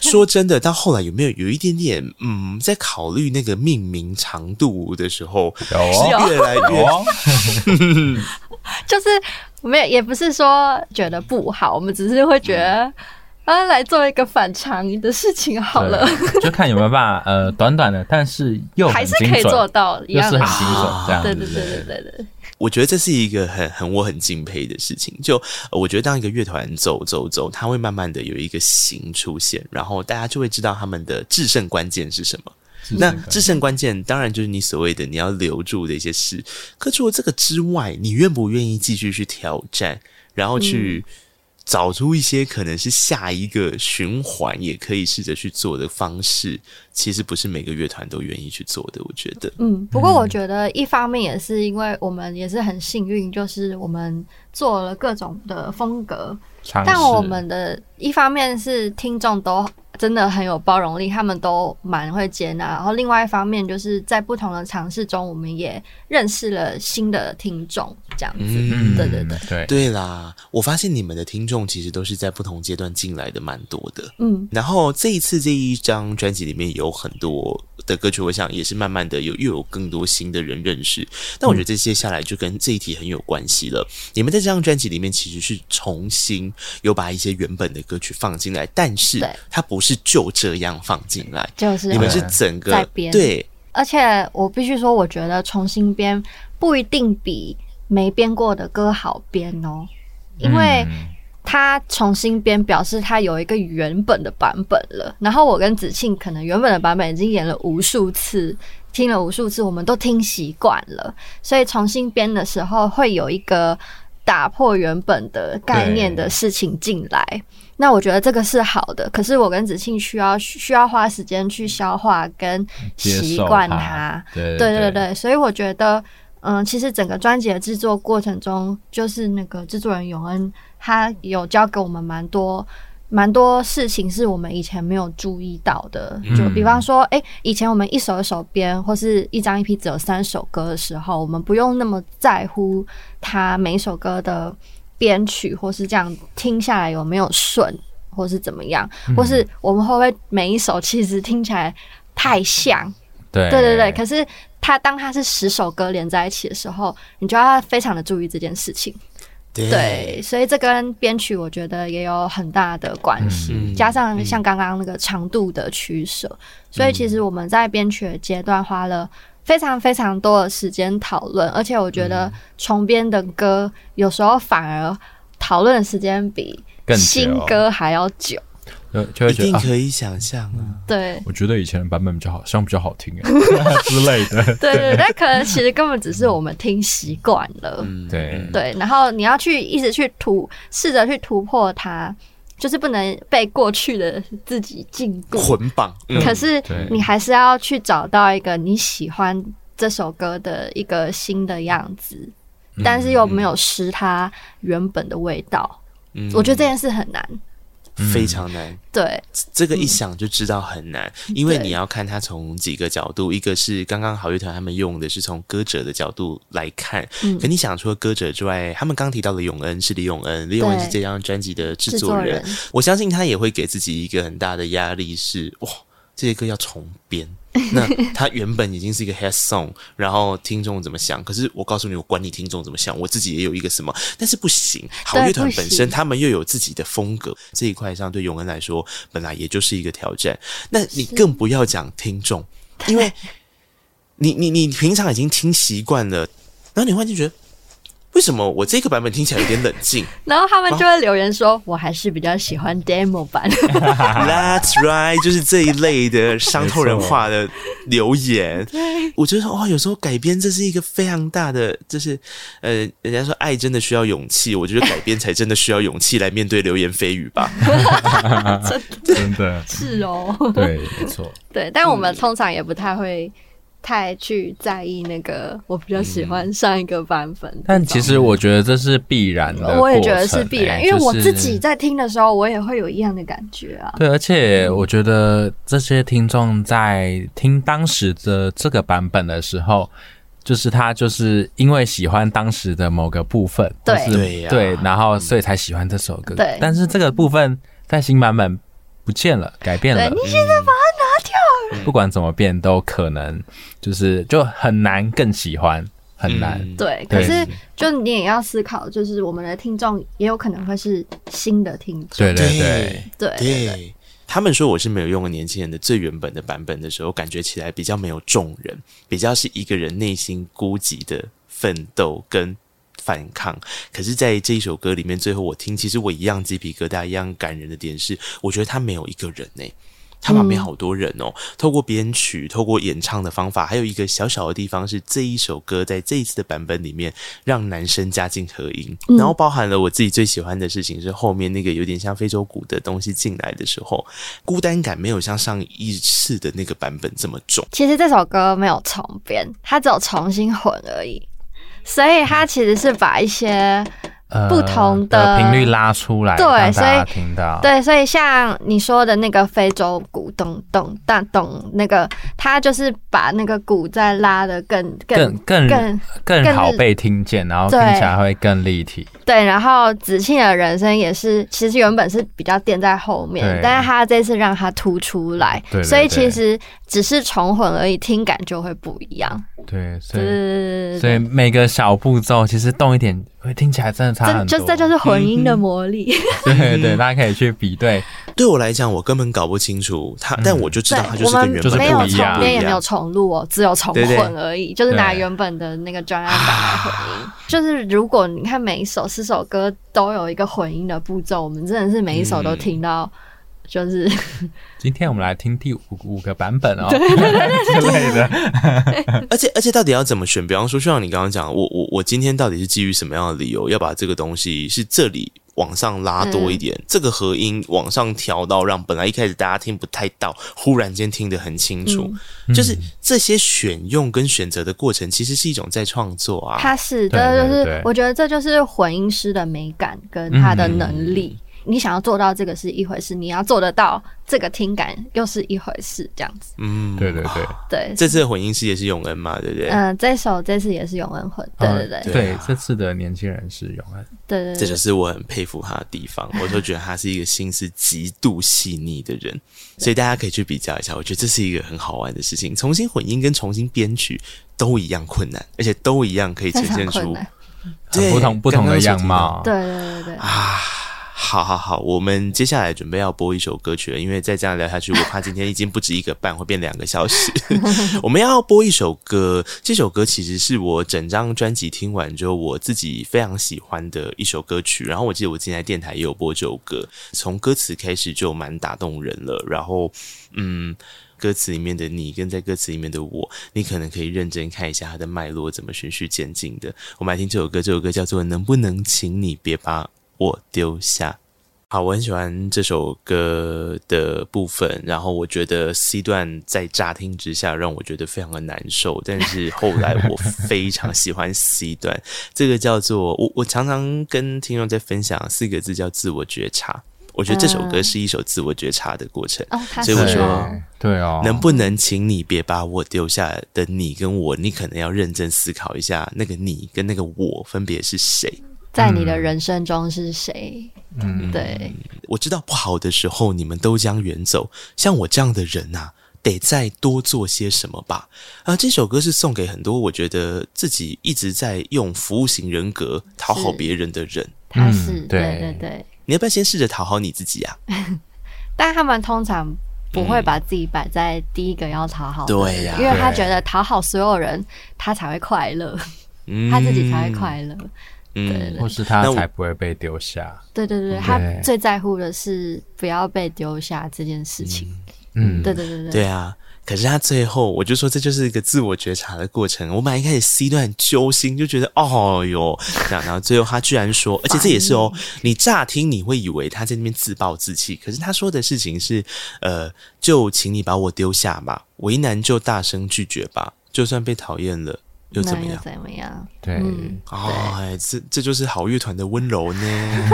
[SPEAKER 3] 说真的，到后来有没有有一点点嗯，在考虑那个命名长度的时候，
[SPEAKER 2] 有
[SPEAKER 3] 是
[SPEAKER 2] 哦，
[SPEAKER 3] 越来越
[SPEAKER 2] 有哦，
[SPEAKER 1] 就是没有，也不是说觉得不好，我们只是会觉得。
[SPEAKER 2] 嗯
[SPEAKER 1] 啊，来做一个反常的事情好了，
[SPEAKER 2] 对，就看有没有办法，呃，短短的，但是又很
[SPEAKER 1] 还是
[SPEAKER 2] 精
[SPEAKER 1] 可以做
[SPEAKER 2] 准，
[SPEAKER 1] 到一
[SPEAKER 2] 又
[SPEAKER 1] 样
[SPEAKER 2] 是
[SPEAKER 1] 的
[SPEAKER 2] 很
[SPEAKER 1] 事。
[SPEAKER 2] 精准
[SPEAKER 3] 啊
[SPEAKER 2] 这样子，
[SPEAKER 1] 对对对对对对，
[SPEAKER 3] 我觉得这是一个很很我很敬佩的事情。就呃我觉得当一个乐团走走走，它会慢慢的有一个型出现，然后大家就会知道他们的制胜关键是什么。
[SPEAKER 2] 是
[SPEAKER 3] 那
[SPEAKER 2] 这个
[SPEAKER 3] 制胜关键当然就是你所谓的你要留住的一些事。嗯可除了这个之外，你愿不愿意继续去挑战，然后去找出一些可能是下一个循环也可以试着去做的方式，其实不是每个乐团都愿意去做的。我觉得，
[SPEAKER 1] 嗯，不过我觉得一方面也是因为我们也是很幸运，就是我们做了各种的风格，
[SPEAKER 2] 尝试
[SPEAKER 1] 但我们的一方面是听众都真的很有包容力，他们都蛮会接纳。然后另外一方面就是在不同的尝试中，我们也认识了新的听众，这样子。
[SPEAKER 3] 嗯
[SPEAKER 1] 对对对，
[SPEAKER 2] 对
[SPEAKER 3] 对啦，我发现你们的听众其实都是在不同阶段进来的，蛮多的。
[SPEAKER 1] 嗯，
[SPEAKER 3] 然后这一次这一张专辑里面有很多的歌曲，我想也是慢慢的有又有更多新的人认识。但我觉得这接下来就跟这一题很有关系了。你们在这张专辑里面其实是重新有把一些原本的歌曲放进来，但是
[SPEAKER 1] 对
[SPEAKER 3] 它不是就这样放进来，
[SPEAKER 1] 就是
[SPEAKER 3] 你们是
[SPEAKER 2] 嗯
[SPEAKER 3] 整个
[SPEAKER 1] 在编
[SPEAKER 3] 对
[SPEAKER 1] 而且我必须说，我觉得重新编不一定比没编过的歌好编哦，因为
[SPEAKER 2] 嗯
[SPEAKER 1] 它重新编表示它有一个原本的版本了。然后我跟子庆可能原本的版本已经演了无数次，听了无数次，我们都听习惯了，所以重新编的时候会有一个打破原本的概念的事情进来。那我觉得这个是好的，可是我跟子庆需要需要花时间去消化跟
[SPEAKER 2] 接
[SPEAKER 1] 习
[SPEAKER 2] 受
[SPEAKER 1] 惯
[SPEAKER 2] 它
[SPEAKER 1] 它。
[SPEAKER 2] 对
[SPEAKER 1] 对
[SPEAKER 2] 对
[SPEAKER 1] 对，对，所以我觉得，嗯，其实整个专辑的制作过程中，就是那个制作人永恩，他有教给我们蛮多。蛮多事情是我们以前没有注意到的，就比方说，哎、以前我们一首一首编，或是一张一批只有三首歌的时候，我们不用那么在乎它每一首歌的编曲，或是这样听下来有没有顺，或是怎么样，或是我们会不会每一首其实听起来太像，
[SPEAKER 3] 哎
[SPEAKER 2] 对
[SPEAKER 1] 对对对，可是它当它是十首歌连在一起的时候，你就要非常的注意这件事情。
[SPEAKER 3] 对
[SPEAKER 1] 对，所以这跟编曲我觉得也有很大的关系，
[SPEAKER 3] 嗯
[SPEAKER 1] 加上像刚刚那个长度的取舍，所以其实我们在编曲的阶段花了。非常非常多的时间讨论，而且我觉
[SPEAKER 3] 嗯
[SPEAKER 1] 得重编的歌有时候反而讨论的时间比
[SPEAKER 2] 更久
[SPEAKER 1] 新歌还要久。
[SPEAKER 2] 就就会
[SPEAKER 3] 一
[SPEAKER 2] 觉
[SPEAKER 3] 定
[SPEAKER 2] 得啊，
[SPEAKER 3] 可以想象啊。
[SPEAKER 1] 对，
[SPEAKER 2] 我觉得以前的版本比较好，像比较好听哎之类的，
[SPEAKER 1] 对对，但可能其实根本只是我们听习惯了。
[SPEAKER 3] 嗯，
[SPEAKER 2] 对
[SPEAKER 1] 对，然后你要去一直去突，试着去突破它，就是不能被过去的自己禁锢。
[SPEAKER 3] 捆绑。嗯
[SPEAKER 1] 可是
[SPEAKER 2] 对
[SPEAKER 1] 你还是要去找到一个你喜欢这首歌的一个新的样子，
[SPEAKER 3] 嗯
[SPEAKER 1] 但是又没有失它原本的味道。
[SPEAKER 3] 嗯
[SPEAKER 1] 我觉得这件事很难。
[SPEAKER 2] 嗯
[SPEAKER 3] 非常难。
[SPEAKER 1] 对，
[SPEAKER 3] 这个一想就知道很难，因为
[SPEAKER 1] 嗯对
[SPEAKER 3] 你要看它从几个角度，一个是刚刚好乐团他们用的是从歌者的角度来看，
[SPEAKER 1] 嗯
[SPEAKER 3] 可你想除了歌者之外，他们刚提到的永恩是李永恩，李永恩
[SPEAKER 1] 对
[SPEAKER 3] 是这张专辑的制
[SPEAKER 1] 制作
[SPEAKER 3] 作人
[SPEAKER 1] 人，
[SPEAKER 3] [LAUGHS] 我相信他也会给自己一个很大的压力是，哇，这些歌要重编。
[SPEAKER 1] [LAUGHS]
[SPEAKER 3] 那他原本已经是一个 head song，然后听众怎么想？可是我告诉你，我管你听众怎么想，我自己也有一个什么，但是不行。好
[SPEAKER 1] 对
[SPEAKER 3] 乐团
[SPEAKER 1] 不
[SPEAKER 3] 本
[SPEAKER 1] 行
[SPEAKER 3] 身他们又有自己的风格，这一块上对永恩来说本来也就是一个挑战。那你更不要讲听众，因为你你你平常已经听习惯了，然后你忽然就觉得，为什么我这个版本听起来有点冷静？
[SPEAKER 1] 然后他们就会留言说：“我还是比较喜欢 demo 版。 [LAUGHS]
[SPEAKER 3] [LAUGHS] That's right，就是这一类的伤透人话的留言。我觉得哇、哦，有时候改编这是一个非常大的，就是呃，人家说爱真的需要勇气，我觉得改编才真的需要勇气来面对流言蜚语吧。
[SPEAKER 2] 真的”
[SPEAKER 1] 是哦，
[SPEAKER 2] 对，没错，
[SPEAKER 1] 对，但我
[SPEAKER 2] 嗯
[SPEAKER 1] 们通常也不太会太去在意那个，我比较喜欢上一个版本这种。
[SPEAKER 2] 嗯但其实我觉得这是必然的，
[SPEAKER 1] 我也觉得是必然，
[SPEAKER 2] 欸
[SPEAKER 1] 因为我自己
[SPEAKER 2] 在。
[SPEAKER 1] 在听的时候，我也会有一样的感觉啊。
[SPEAKER 2] 对，而且我觉得这些听众在听当时的这个版本的时候，就是他就是因为喜欢当时的某个部分，
[SPEAKER 1] 对
[SPEAKER 2] 就是
[SPEAKER 3] 对呀
[SPEAKER 2] 对，然后所以才喜欢这首歌。
[SPEAKER 1] 对
[SPEAKER 2] 但是这个部分在新版本不见了，改变了
[SPEAKER 1] 对，。你现在把
[SPEAKER 2] 不管怎么变，都可能就是就很难更喜欢， [LAUGHS] 很难。
[SPEAKER 3] 嗯
[SPEAKER 1] 对，
[SPEAKER 2] 对
[SPEAKER 1] 可是就你也要思考，就是我们的听众也有可能会是新的听众。
[SPEAKER 2] 对对对
[SPEAKER 3] 对
[SPEAKER 1] 对对对
[SPEAKER 3] 对。他们说我是没有用过年轻人的最原本的版本的时候，感觉起来比较没有众人，比较是一个人内心孤寂的奋斗跟反抗。可是，在这一首歌里面，最后我听，其实我一样鸡皮疙瘩，一样感人的点是，我觉得他没有一个人呢、它旁边好多人哦。透过编曲、透过演唱的方法，还有一个小小的地方是这一首歌在这一次的版本里面让男生加进合音，
[SPEAKER 1] 嗯
[SPEAKER 3] 然后包含了我自己最喜欢的事情是后面那个有点像非洲鼓的东西进来的时候，孤单感没有像上一次的那个版本这么重。
[SPEAKER 1] 其实这首歌没有重编，它只有重新混而已，所以它其实是把一些
[SPEAKER 2] 呃
[SPEAKER 1] 不同的
[SPEAKER 2] 的频率拉出来，
[SPEAKER 1] 对
[SPEAKER 2] 让大
[SPEAKER 1] 所
[SPEAKER 2] 家听到，
[SPEAKER 1] 对，所以像你说的那个非洲鼓咚咚大咚，那个它就是把那个鼓再拉的更
[SPEAKER 2] 更
[SPEAKER 1] 更
[SPEAKER 2] 更
[SPEAKER 1] 更
[SPEAKER 2] 更
[SPEAKER 1] 更
[SPEAKER 2] 好
[SPEAKER 1] 日
[SPEAKER 2] 被听见，然后听
[SPEAKER 1] 对
[SPEAKER 2] 起来会更立体。
[SPEAKER 1] 对，然后子庆的人生也是，其实原本是比较垫在后面
[SPEAKER 2] 对，
[SPEAKER 1] 但是他这次让他突出来，
[SPEAKER 2] 对对
[SPEAKER 1] 所以其
[SPEAKER 2] 对
[SPEAKER 1] 实只是重混而已，听感就会不一样。
[SPEAKER 2] 对，所
[SPEAKER 1] 对
[SPEAKER 2] 以
[SPEAKER 1] 对对
[SPEAKER 2] 所
[SPEAKER 1] 对
[SPEAKER 2] 以每个小步骤其实动一点，会听起来真的差
[SPEAKER 1] 对，
[SPEAKER 2] 很
[SPEAKER 1] 这
[SPEAKER 2] 多。
[SPEAKER 1] 就这就是混音的魔力。
[SPEAKER 2] 对对，大家可以去比对，
[SPEAKER 3] 对我来讲，我根本搞不清楚它，但我就知
[SPEAKER 1] 对
[SPEAKER 3] 道它就
[SPEAKER 1] 我
[SPEAKER 3] 是跟
[SPEAKER 1] 们
[SPEAKER 3] 原本
[SPEAKER 1] 没有
[SPEAKER 3] 不一
[SPEAKER 1] 重
[SPEAKER 3] 样，
[SPEAKER 1] 编也没有重录哦，只有重
[SPEAKER 3] 对对
[SPEAKER 1] 混而已，就是拿
[SPEAKER 2] 对
[SPEAKER 1] 原本的那个专案版来混音。就是如果你看每一首四首歌都有一个混音的步骤，我们真的是每一首都
[SPEAKER 3] 嗯
[SPEAKER 1] 听到，就是
[SPEAKER 2] 今天我们来听第五五个版本哦，之类的。
[SPEAKER 3] 而且而且到底要怎么选？比方说，就像你刚刚讲，我我我今天到底是基于什么样的理由要把这个东西是这里往上拉多一
[SPEAKER 1] 嗯
[SPEAKER 3] 点，这个和音往上调到让本来一开始大家听不太到，忽然间听得很清楚。
[SPEAKER 1] 嗯
[SPEAKER 3] 就是这些选用跟选择的过程，其实是一种在创作啊。
[SPEAKER 1] 它是，
[SPEAKER 2] 对
[SPEAKER 1] 这就
[SPEAKER 2] 对
[SPEAKER 1] 是
[SPEAKER 2] 对
[SPEAKER 1] 我觉得这就是混音师的美感跟他的能力。你想要做到这个是一回事，你要做得到这个听感又是一回事，这样子。
[SPEAKER 3] 嗯，
[SPEAKER 2] 对对对
[SPEAKER 1] 对，
[SPEAKER 3] 这次的混音师也是永恩嘛，对不对？
[SPEAKER 1] 嗯、这首这次也是永恩混，对对对、
[SPEAKER 2] 嗯
[SPEAKER 3] 对啊
[SPEAKER 2] 这次的年轻人是永恩，
[SPEAKER 1] 对对
[SPEAKER 3] 这
[SPEAKER 1] 对。
[SPEAKER 3] 就是我很佩服他的地方，我都觉得他是一个心思极度细腻的人，所以大家可以去比较一下，我觉得这是一个很好玩的事情。重新混音跟重新编曲都一样困难，而且都一样可以呈
[SPEAKER 1] 非常
[SPEAKER 3] 现
[SPEAKER 1] 困
[SPEAKER 3] 出
[SPEAKER 1] 难，
[SPEAKER 3] 对
[SPEAKER 2] 很不同不同的样。
[SPEAKER 3] 刚刚所提到
[SPEAKER 2] 貌。
[SPEAKER 1] 对对对对，
[SPEAKER 3] 啊。好好好，我们接下来准备要播一首歌曲了，因为再这样聊下去，我怕今天已经不止一个半，会变两个小时。我们要播一首歌，这首歌其实是我整张专辑听完之后我自己非常喜欢的一首歌曲。然后我记得我之前在电台也有播这首歌，从歌词开始就蛮打动人了。然后，嗯。歌词里面的你跟在歌词里面的我，你可能可以认真看一下它的脉络怎么循序渐进的。我们来听这首歌，这首歌叫做《能不能请你别把我丢下》。好，我很喜欢这首歌的部分，然后我觉得 C 段在乍听之下让我觉得非常的难受，但是后来我非常喜欢 [LAUGHS] C 段，这个叫做我我常常跟听众在分享四个字叫自我觉察，我觉得这首歌是一首自我觉察的过程。
[SPEAKER 1] 哦，他
[SPEAKER 3] 所
[SPEAKER 1] 是
[SPEAKER 3] 以我
[SPEAKER 2] 对
[SPEAKER 3] 说
[SPEAKER 1] 哦
[SPEAKER 2] 对哦，
[SPEAKER 3] 能不能请你别把我丢下的你跟我，你可能要认真思考一下，那个你跟那个我分别是谁？
[SPEAKER 1] 在你的人生中是谁？
[SPEAKER 2] 嗯
[SPEAKER 1] 对，
[SPEAKER 3] 我知道不好的时候你们都将远走，像我这样的人呐、啊得再多做些什么吧。啊、这首歌是送给很多我觉得自己一直在用服务型人格讨好
[SPEAKER 1] 是
[SPEAKER 3] 别人的人。
[SPEAKER 1] 他是，
[SPEAKER 2] 嗯
[SPEAKER 1] 对
[SPEAKER 2] 对
[SPEAKER 1] 对对。
[SPEAKER 3] 你要不要先试着讨好你自己啊？
[SPEAKER 1] 但他们通常不会把自己摆在第一个要讨好的人，
[SPEAKER 3] 对呀
[SPEAKER 1] 因为他
[SPEAKER 2] 对
[SPEAKER 1] 觉得讨好所有人，他才会快乐，
[SPEAKER 3] 嗯
[SPEAKER 1] 他自己才会快乐。
[SPEAKER 3] 嗯，
[SPEAKER 2] 或是他
[SPEAKER 3] 那我
[SPEAKER 2] 才不会被丢下。
[SPEAKER 1] 对对对，他
[SPEAKER 2] 对
[SPEAKER 1] 最在乎的是不要被丢下这件事情。
[SPEAKER 2] 嗯，
[SPEAKER 1] 对对对对，
[SPEAKER 3] 对啊。可是他最后，我就说这就是一个自我觉察的过程。我本来一开始 C 段很揪心，就觉得哦哟，这样，然后最后他居然说，而且这也是哦，你乍听你会以为他在那边自暴自弃，可是他说的事情是，呃，就请你把我丢下吧，为难就大声拒绝吧，就算被讨厌了又怎么
[SPEAKER 1] 那又
[SPEAKER 3] 样？
[SPEAKER 1] 怎么样？
[SPEAKER 2] 对
[SPEAKER 1] 嗯
[SPEAKER 3] 哦，哎这这就是好乐团的温柔呢。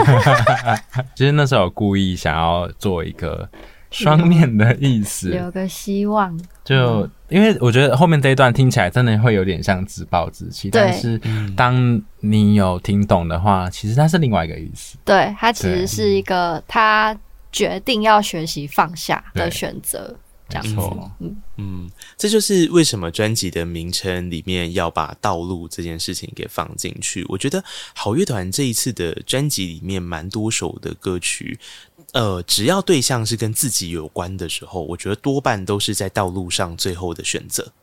[SPEAKER 2] 其实那时候有故意想要做一个双面的意思，
[SPEAKER 1] 留个希望。
[SPEAKER 2] 就因为我觉得后面这一段听起来真的会有点像自暴自弃，
[SPEAKER 1] 对
[SPEAKER 2] 但是当你有听懂的话，其实它是另外一个意思。
[SPEAKER 1] 对他其实
[SPEAKER 2] 对
[SPEAKER 1] 是一个他决定要学习放下的
[SPEAKER 2] 对
[SPEAKER 1] 选择，这样
[SPEAKER 2] 没
[SPEAKER 1] 子
[SPEAKER 2] 错。
[SPEAKER 1] 嗯，
[SPEAKER 3] 嗯，这就是为什么专辑的名称里面要把道路这件事情给放进去。我觉得好乐团这一次的专辑里面蛮多首的歌曲，呃，只要对象是跟自己有关的时候，我觉得多半都是在道路上最后的选择。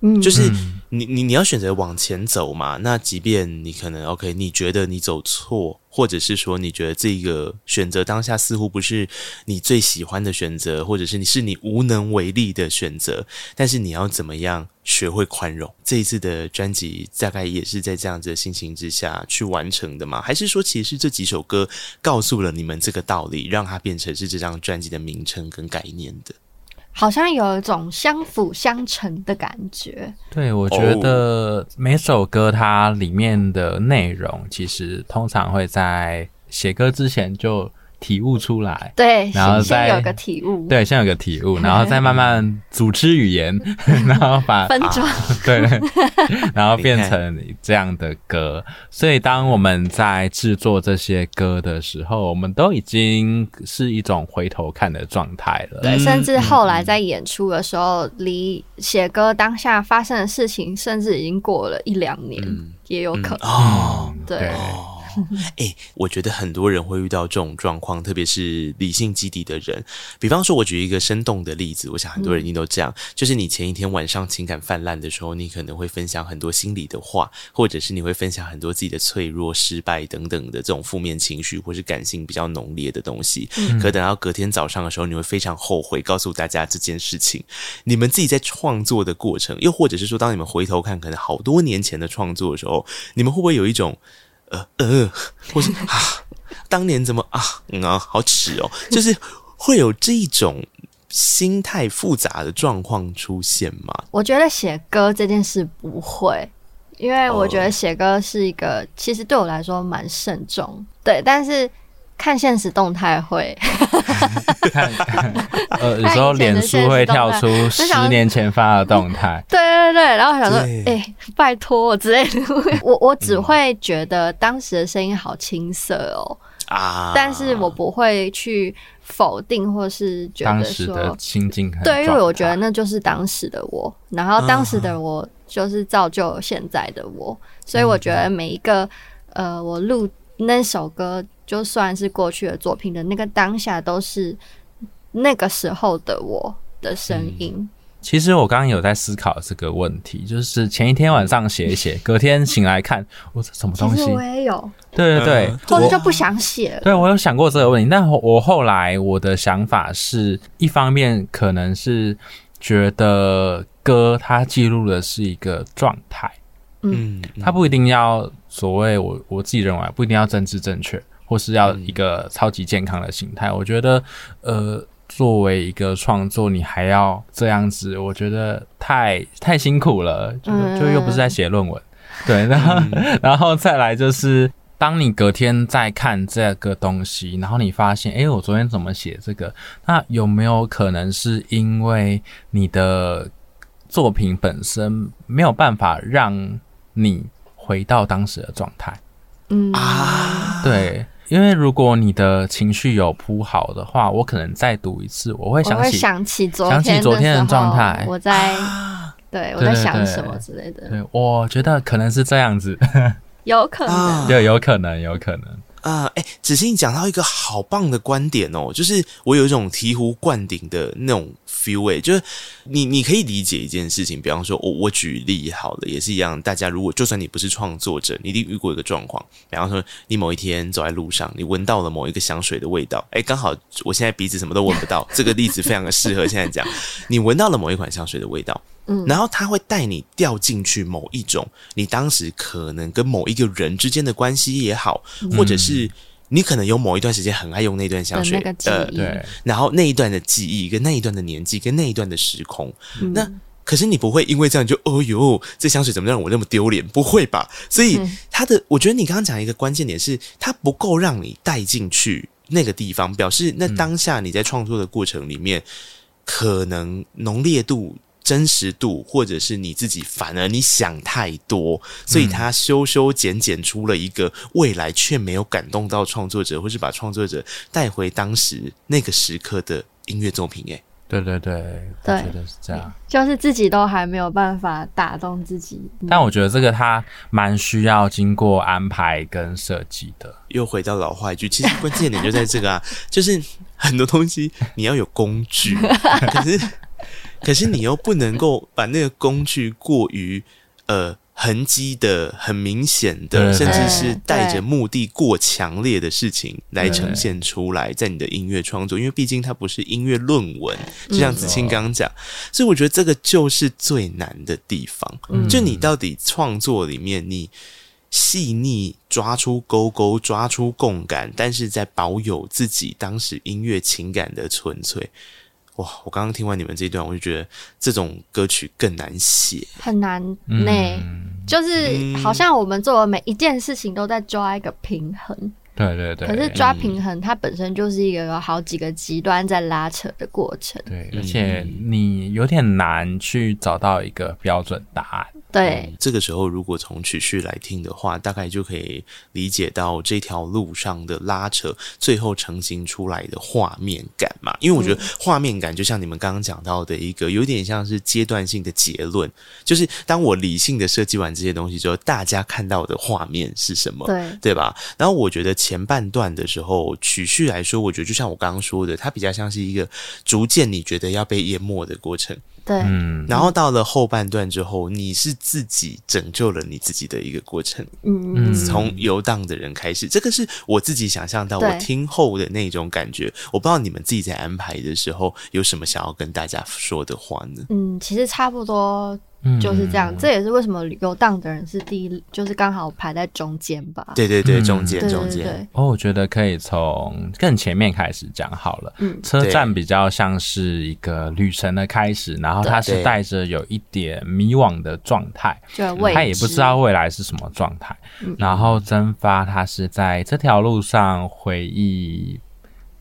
[SPEAKER 1] 嗯，
[SPEAKER 3] 就是
[SPEAKER 2] 嗯
[SPEAKER 3] 你你你要选择往前走嘛。那即便你可能 OK，你觉得你走错，或者是说你觉得这个选择当下似乎不是你最喜欢的选择，或者是你是你无能为力的选择，但是你要怎么样学会宽容？这一次的专辑大概也是在这样子的心情之下去完成的嘛？还是说其实这几首歌告诉了你们这个道理，让它变成是这张专辑的名称跟概念的？
[SPEAKER 1] 好像有一种相辅相成的感觉。
[SPEAKER 2] 对，我觉得每首歌它里面的内容，其实通常会在写歌之前就体悟出来。
[SPEAKER 1] 对，
[SPEAKER 2] 然后
[SPEAKER 1] 先先
[SPEAKER 2] 再
[SPEAKER 1] 有个体悟，，
[SPEAKER 2] 对，先有个体
[SPEAKER 1] [LAUGHS]
[SPEAKER 2] 悟，然后再慢慢组织语言， [LAUGHS] 然后把
[SPEAKER 1] 分装、
[SPEAKER 2] [LAUGHS]
[SPEAKER 1] [LAUGHS]
[SPEAKER 2] 对，然后变
[SPEAKER 3] 你看
[SPEAKER 2] 成这样的歌。所以，当我们在制作这些歌的时候，我们都已经是一种回头看的状态了。
[SPEAKER 1] 对，
[SPEAKER 3] 嗯
[SPEAKER 1] 甚至后来在演出的时候，离写歌当下发生的事情，甚至已经过了一两年，也有可能。
[SPEAKER 3] 哦。
[SPEAKER 1] 对
[SPEAKER 2] 对，
[SPEAKER 3] 哎、我觉得很多人会遇到这种状况，特别是理性基底的人。比方说，我举一个生动的例子，我想很多人一定都这样，就是你前一天晚上情感泛滥的时候，你可能会分享很多心里的话，或者是你会分享很多自己的脆弱、失败等等的这种负面情绪，或是感性比较浓烈的东西。可等到隔天早上的时候，你会非常后悔告诉大家这件事情。你们自己在创作的过程，又或者是说，当你们回头看可能好多年前的创作的时候，你们会不会有一种呃呃，或是啊，当年怎么啊嗯啊，好耻哦，就是会有这一种心态复杂的状况出现吗？
[SPEAKER 1] 我觉得写歌这件事不会，因为我觉得写歌是一个，其实对我来说蛮慎重，对，但是。看现实动态会，
[SPEAKER 2] 看，呃，有时
[SPEAKER 1] 哎
[SPEAKER 2] 候脸书会跳出
[SPEAKER 1] [LAUGHS]。
[SPEAKER 2] 十年前发的动态
[SPEAKER 1] 对对对，然后我想说，
[SPEAKER 3] 对
[SPEAKER 1] 哎、拜托之类的， [LAUGHS] 我我只会觉得当时的声音好青涩哦，
[SPEAKER 2] 嗯
[SPEAKER 3] 啊，
[SPEAKER 1] 但是我不会去否定或是觉
[SPEAKER 2] 当
[SPEAKER 1] 得
[SPEAKER 2] 时
[SPEAKER 1] 说，
[SPEAKER 2] 的嗯心境很
[SPEAKER 1] 对，因为
[SPEAKER 2] 状
[SPEAKER 1] 我觉得
[SPEAKER 2] 态
[SPEAKER 1] 那就是当时的我，然后当时的我就是造就现在的我，所以我觉得每一个呃，我录那首歌，就算是过去的作品的那个当下，都是那个时候的我的声音。
[SPEAKER 2] 嗯其实我刚刚有在思考这个问题，就是前一天晚上写一写，隔天醒来看，我这什么
[SPEAKER 1] 其
[SPEAKER 2] 东
[SPEAKER 1] 实？
[SPEAKER 2] 西
[SPEAKER 1] 我也有，
[SPEAKER 2] 对对对
[SPEAKER 3] 嗯，
[SPEAKER 1] 或者
[SPEAKER 2] 我
[SPEAKER 1] 就不想写了。
[SPEAKER 2] 对啊我有想过这个问题，但我后来我的想法是一方面可能是觉得歌它记录的是一个状态，
[SPEAKER 3] 嗯，嗯
[SPEAKER 2] 它不一定要所谓我我自己认为啊不一定要政治正确，或是要
[SPEAKER 3] 嗯
[SPEAKER 2] 一个超级健康的心态。我觉得，呃，作为一个创作，你还要这样子，我觉得太太辛苦了，就
[SPEAKER 1] 嗯
[SPEAKER 2] 就又不是在写论文， [LAUGHS] 对，然后、然后再来就是。当你隔天再看这个东西，然后你发现，诶，我昨天怎么写这个？那有没有可能是因为你的作品本身没有办法让你回到当时的状态？
[SPEAKER 1] 嗯，
[SPEAKER 3] 啊，
[SPEAKER 2] 对，因为如果你的情绪有铺好的话，我可能再读一次，我会
[SPEAKER 1] 我
[SPEAKER 2] 想
[SPEAKER 1] 会
[SPEAKER 2] 起，
[SPEAKER 1] 想起昨
[SPEAKER 2] 想起
[SPEAKER 1] 天
[SPEAKER 2] 昨天的
[SPEAKER 1] 时候
[SPEAKER 2] 状态
[SPEAKER 1] 我在对我在
[SPEAKER 2] 对对
[SPEAKER 1] 想
[SPEAKER 2] 对
[SPEAKER 1] 什么之类的，
[SPEAKER 2] 对，我觉得可能是这样子，
[SPEAKER 1] 有可能
[SPEAKER 3] 啊。
[SPEAKER 2] 对，有可能，有可能，
[SPEAKER 3] 啊，哎、子欣你讲到一个好棒的观点哦，就是我有一种醍醐灌顶的那种 feel，哎、就是你你可以理解一件事情，比方说我我举例好了，也是一样，大家如果就算你不是创作者，你一定遇过一个状况，比方说你某一天走在路上，你闻到了某一个香水的味道，哎、刚好我现在鼻子什么都闻
[SPEAKER 1] [LAUGHS]
[SPEAKER 3] 不到，这个例子非常的适合现在讲，你闻到了某一款香水的味道，
[SPEAKER 1] 嗯
[SPEAKER 3] 然后它会带你掉进去某一种你当时可能跟某一个人之间的关系也好，
[SPEAKER 1] 嗯
[SPEAKER 3] 或者是你可能有某一段时间很爱用那段香水
[SPEAKER 1] 的那个，记忆
[SPEAKER 3] 呃，
[SPEAKER 2] 对，
[SPEAKER 3] 然后那一段的记忆跟那一段的年纪跟那一段的时空，
[SPEAKER 1] 嗯
[SPEAKER 3] 那可是你不会因为这样你就哦哟，这香水怎么让我那么丢脸？不会吧？所以
[SPEAKER 1] 嗯
[SPEAKER 3] 它的，我觉得你刚刚讲一个关键点是，它不够让你带进去那个地方，表示那当下你在创作的过程里面，可能浓烈度。真实度，或者是你自己，反而你想太多，所以它修修剪剪出了一个未来却没有感动到创作者，或是把创作者带回当时那个时刻的音乐作品、欸。
[SPEAKER 2] 对对对，我
[SPEAKER 1] 对
[SPEAKER 2] 觉得是这样。
[SPEAKER 1] 就是自己都还没有办法打动自己。嗯
[SPEAKER 2] 但我觉得这个它蛮需要经过安排跟设计的，
[SPEAKER 3] 又回到老话一句，其实关键点 [LAUGHS] 就在这个啊，就是很多东西你要有工具，可是可是你又不能够把那个工具过于呃痕迹的、很明显的，
[SPEAKER 2] 对
[SPEAKER 3] 甚至是
[SPEAKER 1] 嗯
[SPEAKER 3] 带着
[SPEAKER 1] 对
[SPEAKER 3] 目的过强烈的事情来
[SPEAKER 2] 对
[SPEAKER 3] 呈现出来，在你的音乐创作，因为毕竟它不是音乐论文，就像子清刚刚讲，所以我觉得这个就是最难的地方。
[SPEAKER 1] 嗯
[SPEAKER 3] 就你到底创作里面，你细腻抓出勾勾，抓出共感，但是在保有自己当时音乐情感的纯粹。哇！我刚刚听完你们这一段，我就觉得这种歌曲更难写。
[SPEAKER 1] 很难
[SPEAKER 2] 嗯
[SPEAKER 1] 呢、就是
[SPEAKER 3] 嗯
[SPEAKER 1] 好像我们做的每一件事情都在抓一个平衡，
[SPEAKER 2] 对对对，
[SPEAKER 1] 可是抓平衡它本身就是一个有好几个极端在拉扯的过程。
[SPEAKER 2] 对，而且你有点难去找到一个标准答案。
[SPEAKER 1] 对，
[SPEAKER 3] 嗯这个时候如果从曲序来听的话，大概就可以理解到这条路上的拉扯，最后成型出来的画面感嘛。因为我
[SPEAKER 1] 嗯
[SPEAKER 3] 觉得画面感就像你们刚刚讲到的一个，有点像是阶段性的结论，就是当我理性的设计完这些东西之后，大家看到的画面是什
[SPEAKER 2] 嗯
[SPEAKER 3] 么？
[SPEAKER 1] 对，
[SPEAKER 3] 对吧？然后我觉得前半段的时候，曲序来说，我觉得就像我刚刚说的，它比较像是一个逐渐你觉得要被淹没的过程。
[SPEAKER 1] 对，
[SPEAKER 2] 嗯，
[SPEAKER 3] 然后到了后半段之后，你是自己拯救了你自己的一个过程，
[SPEAKER 1] 嗯，
[SPEAKER 2] 嗯
[SPEAKER 3] 从游荡的人开始，这个是我自己想象到
[SPEAKER 1] 对
[SPEAKER 3] 我听后的那种感觉。我不知道你们自己在安排的时候有什么想要跟大家说的话呢？
[SPEAKER 1] 嗯，其实差不多
[SPEAKER 2] 嗯
[SPEAKER 1] 就是
[SPEAKER 3] 嗯
[SPEAKER 1] 这样。这也是为什么游荡的人是第一，就是刚好排在中间吧。
[SPEAKER 3] 对对对，
[SPEAKER 2] 嗯
[SPEAKER 3] 中间
[SPEAKER 1] 对
[SPEAKER 3] 中
[SPEAKER 1] 对
[SPEAKER 3] 间，
[SPEAKER 1] 对，
[SPEAKER 2] 哦，我觉得可以从更前面开始讲好了。
[SPEAKER 1] 嗯
[SPEAKER 2] 车站比较像是一个旅程的开始，然后它是
[SPEAKER 3] 对
[SPEAKER 2] 带着有一点迷惘的状态，
[SPEAKER 1] 就
[SPEAKER 3] 嗯
[SPEAKER 1] 未
[SPEAKER 2] 他也不
[SPEAKER 1] 知
[SPEAKER 2] 知道未来是什么状态。
[SPEAKER 1] 嗯
[SPEAKER 2] 然后蒸发，他是在这条路上回忆，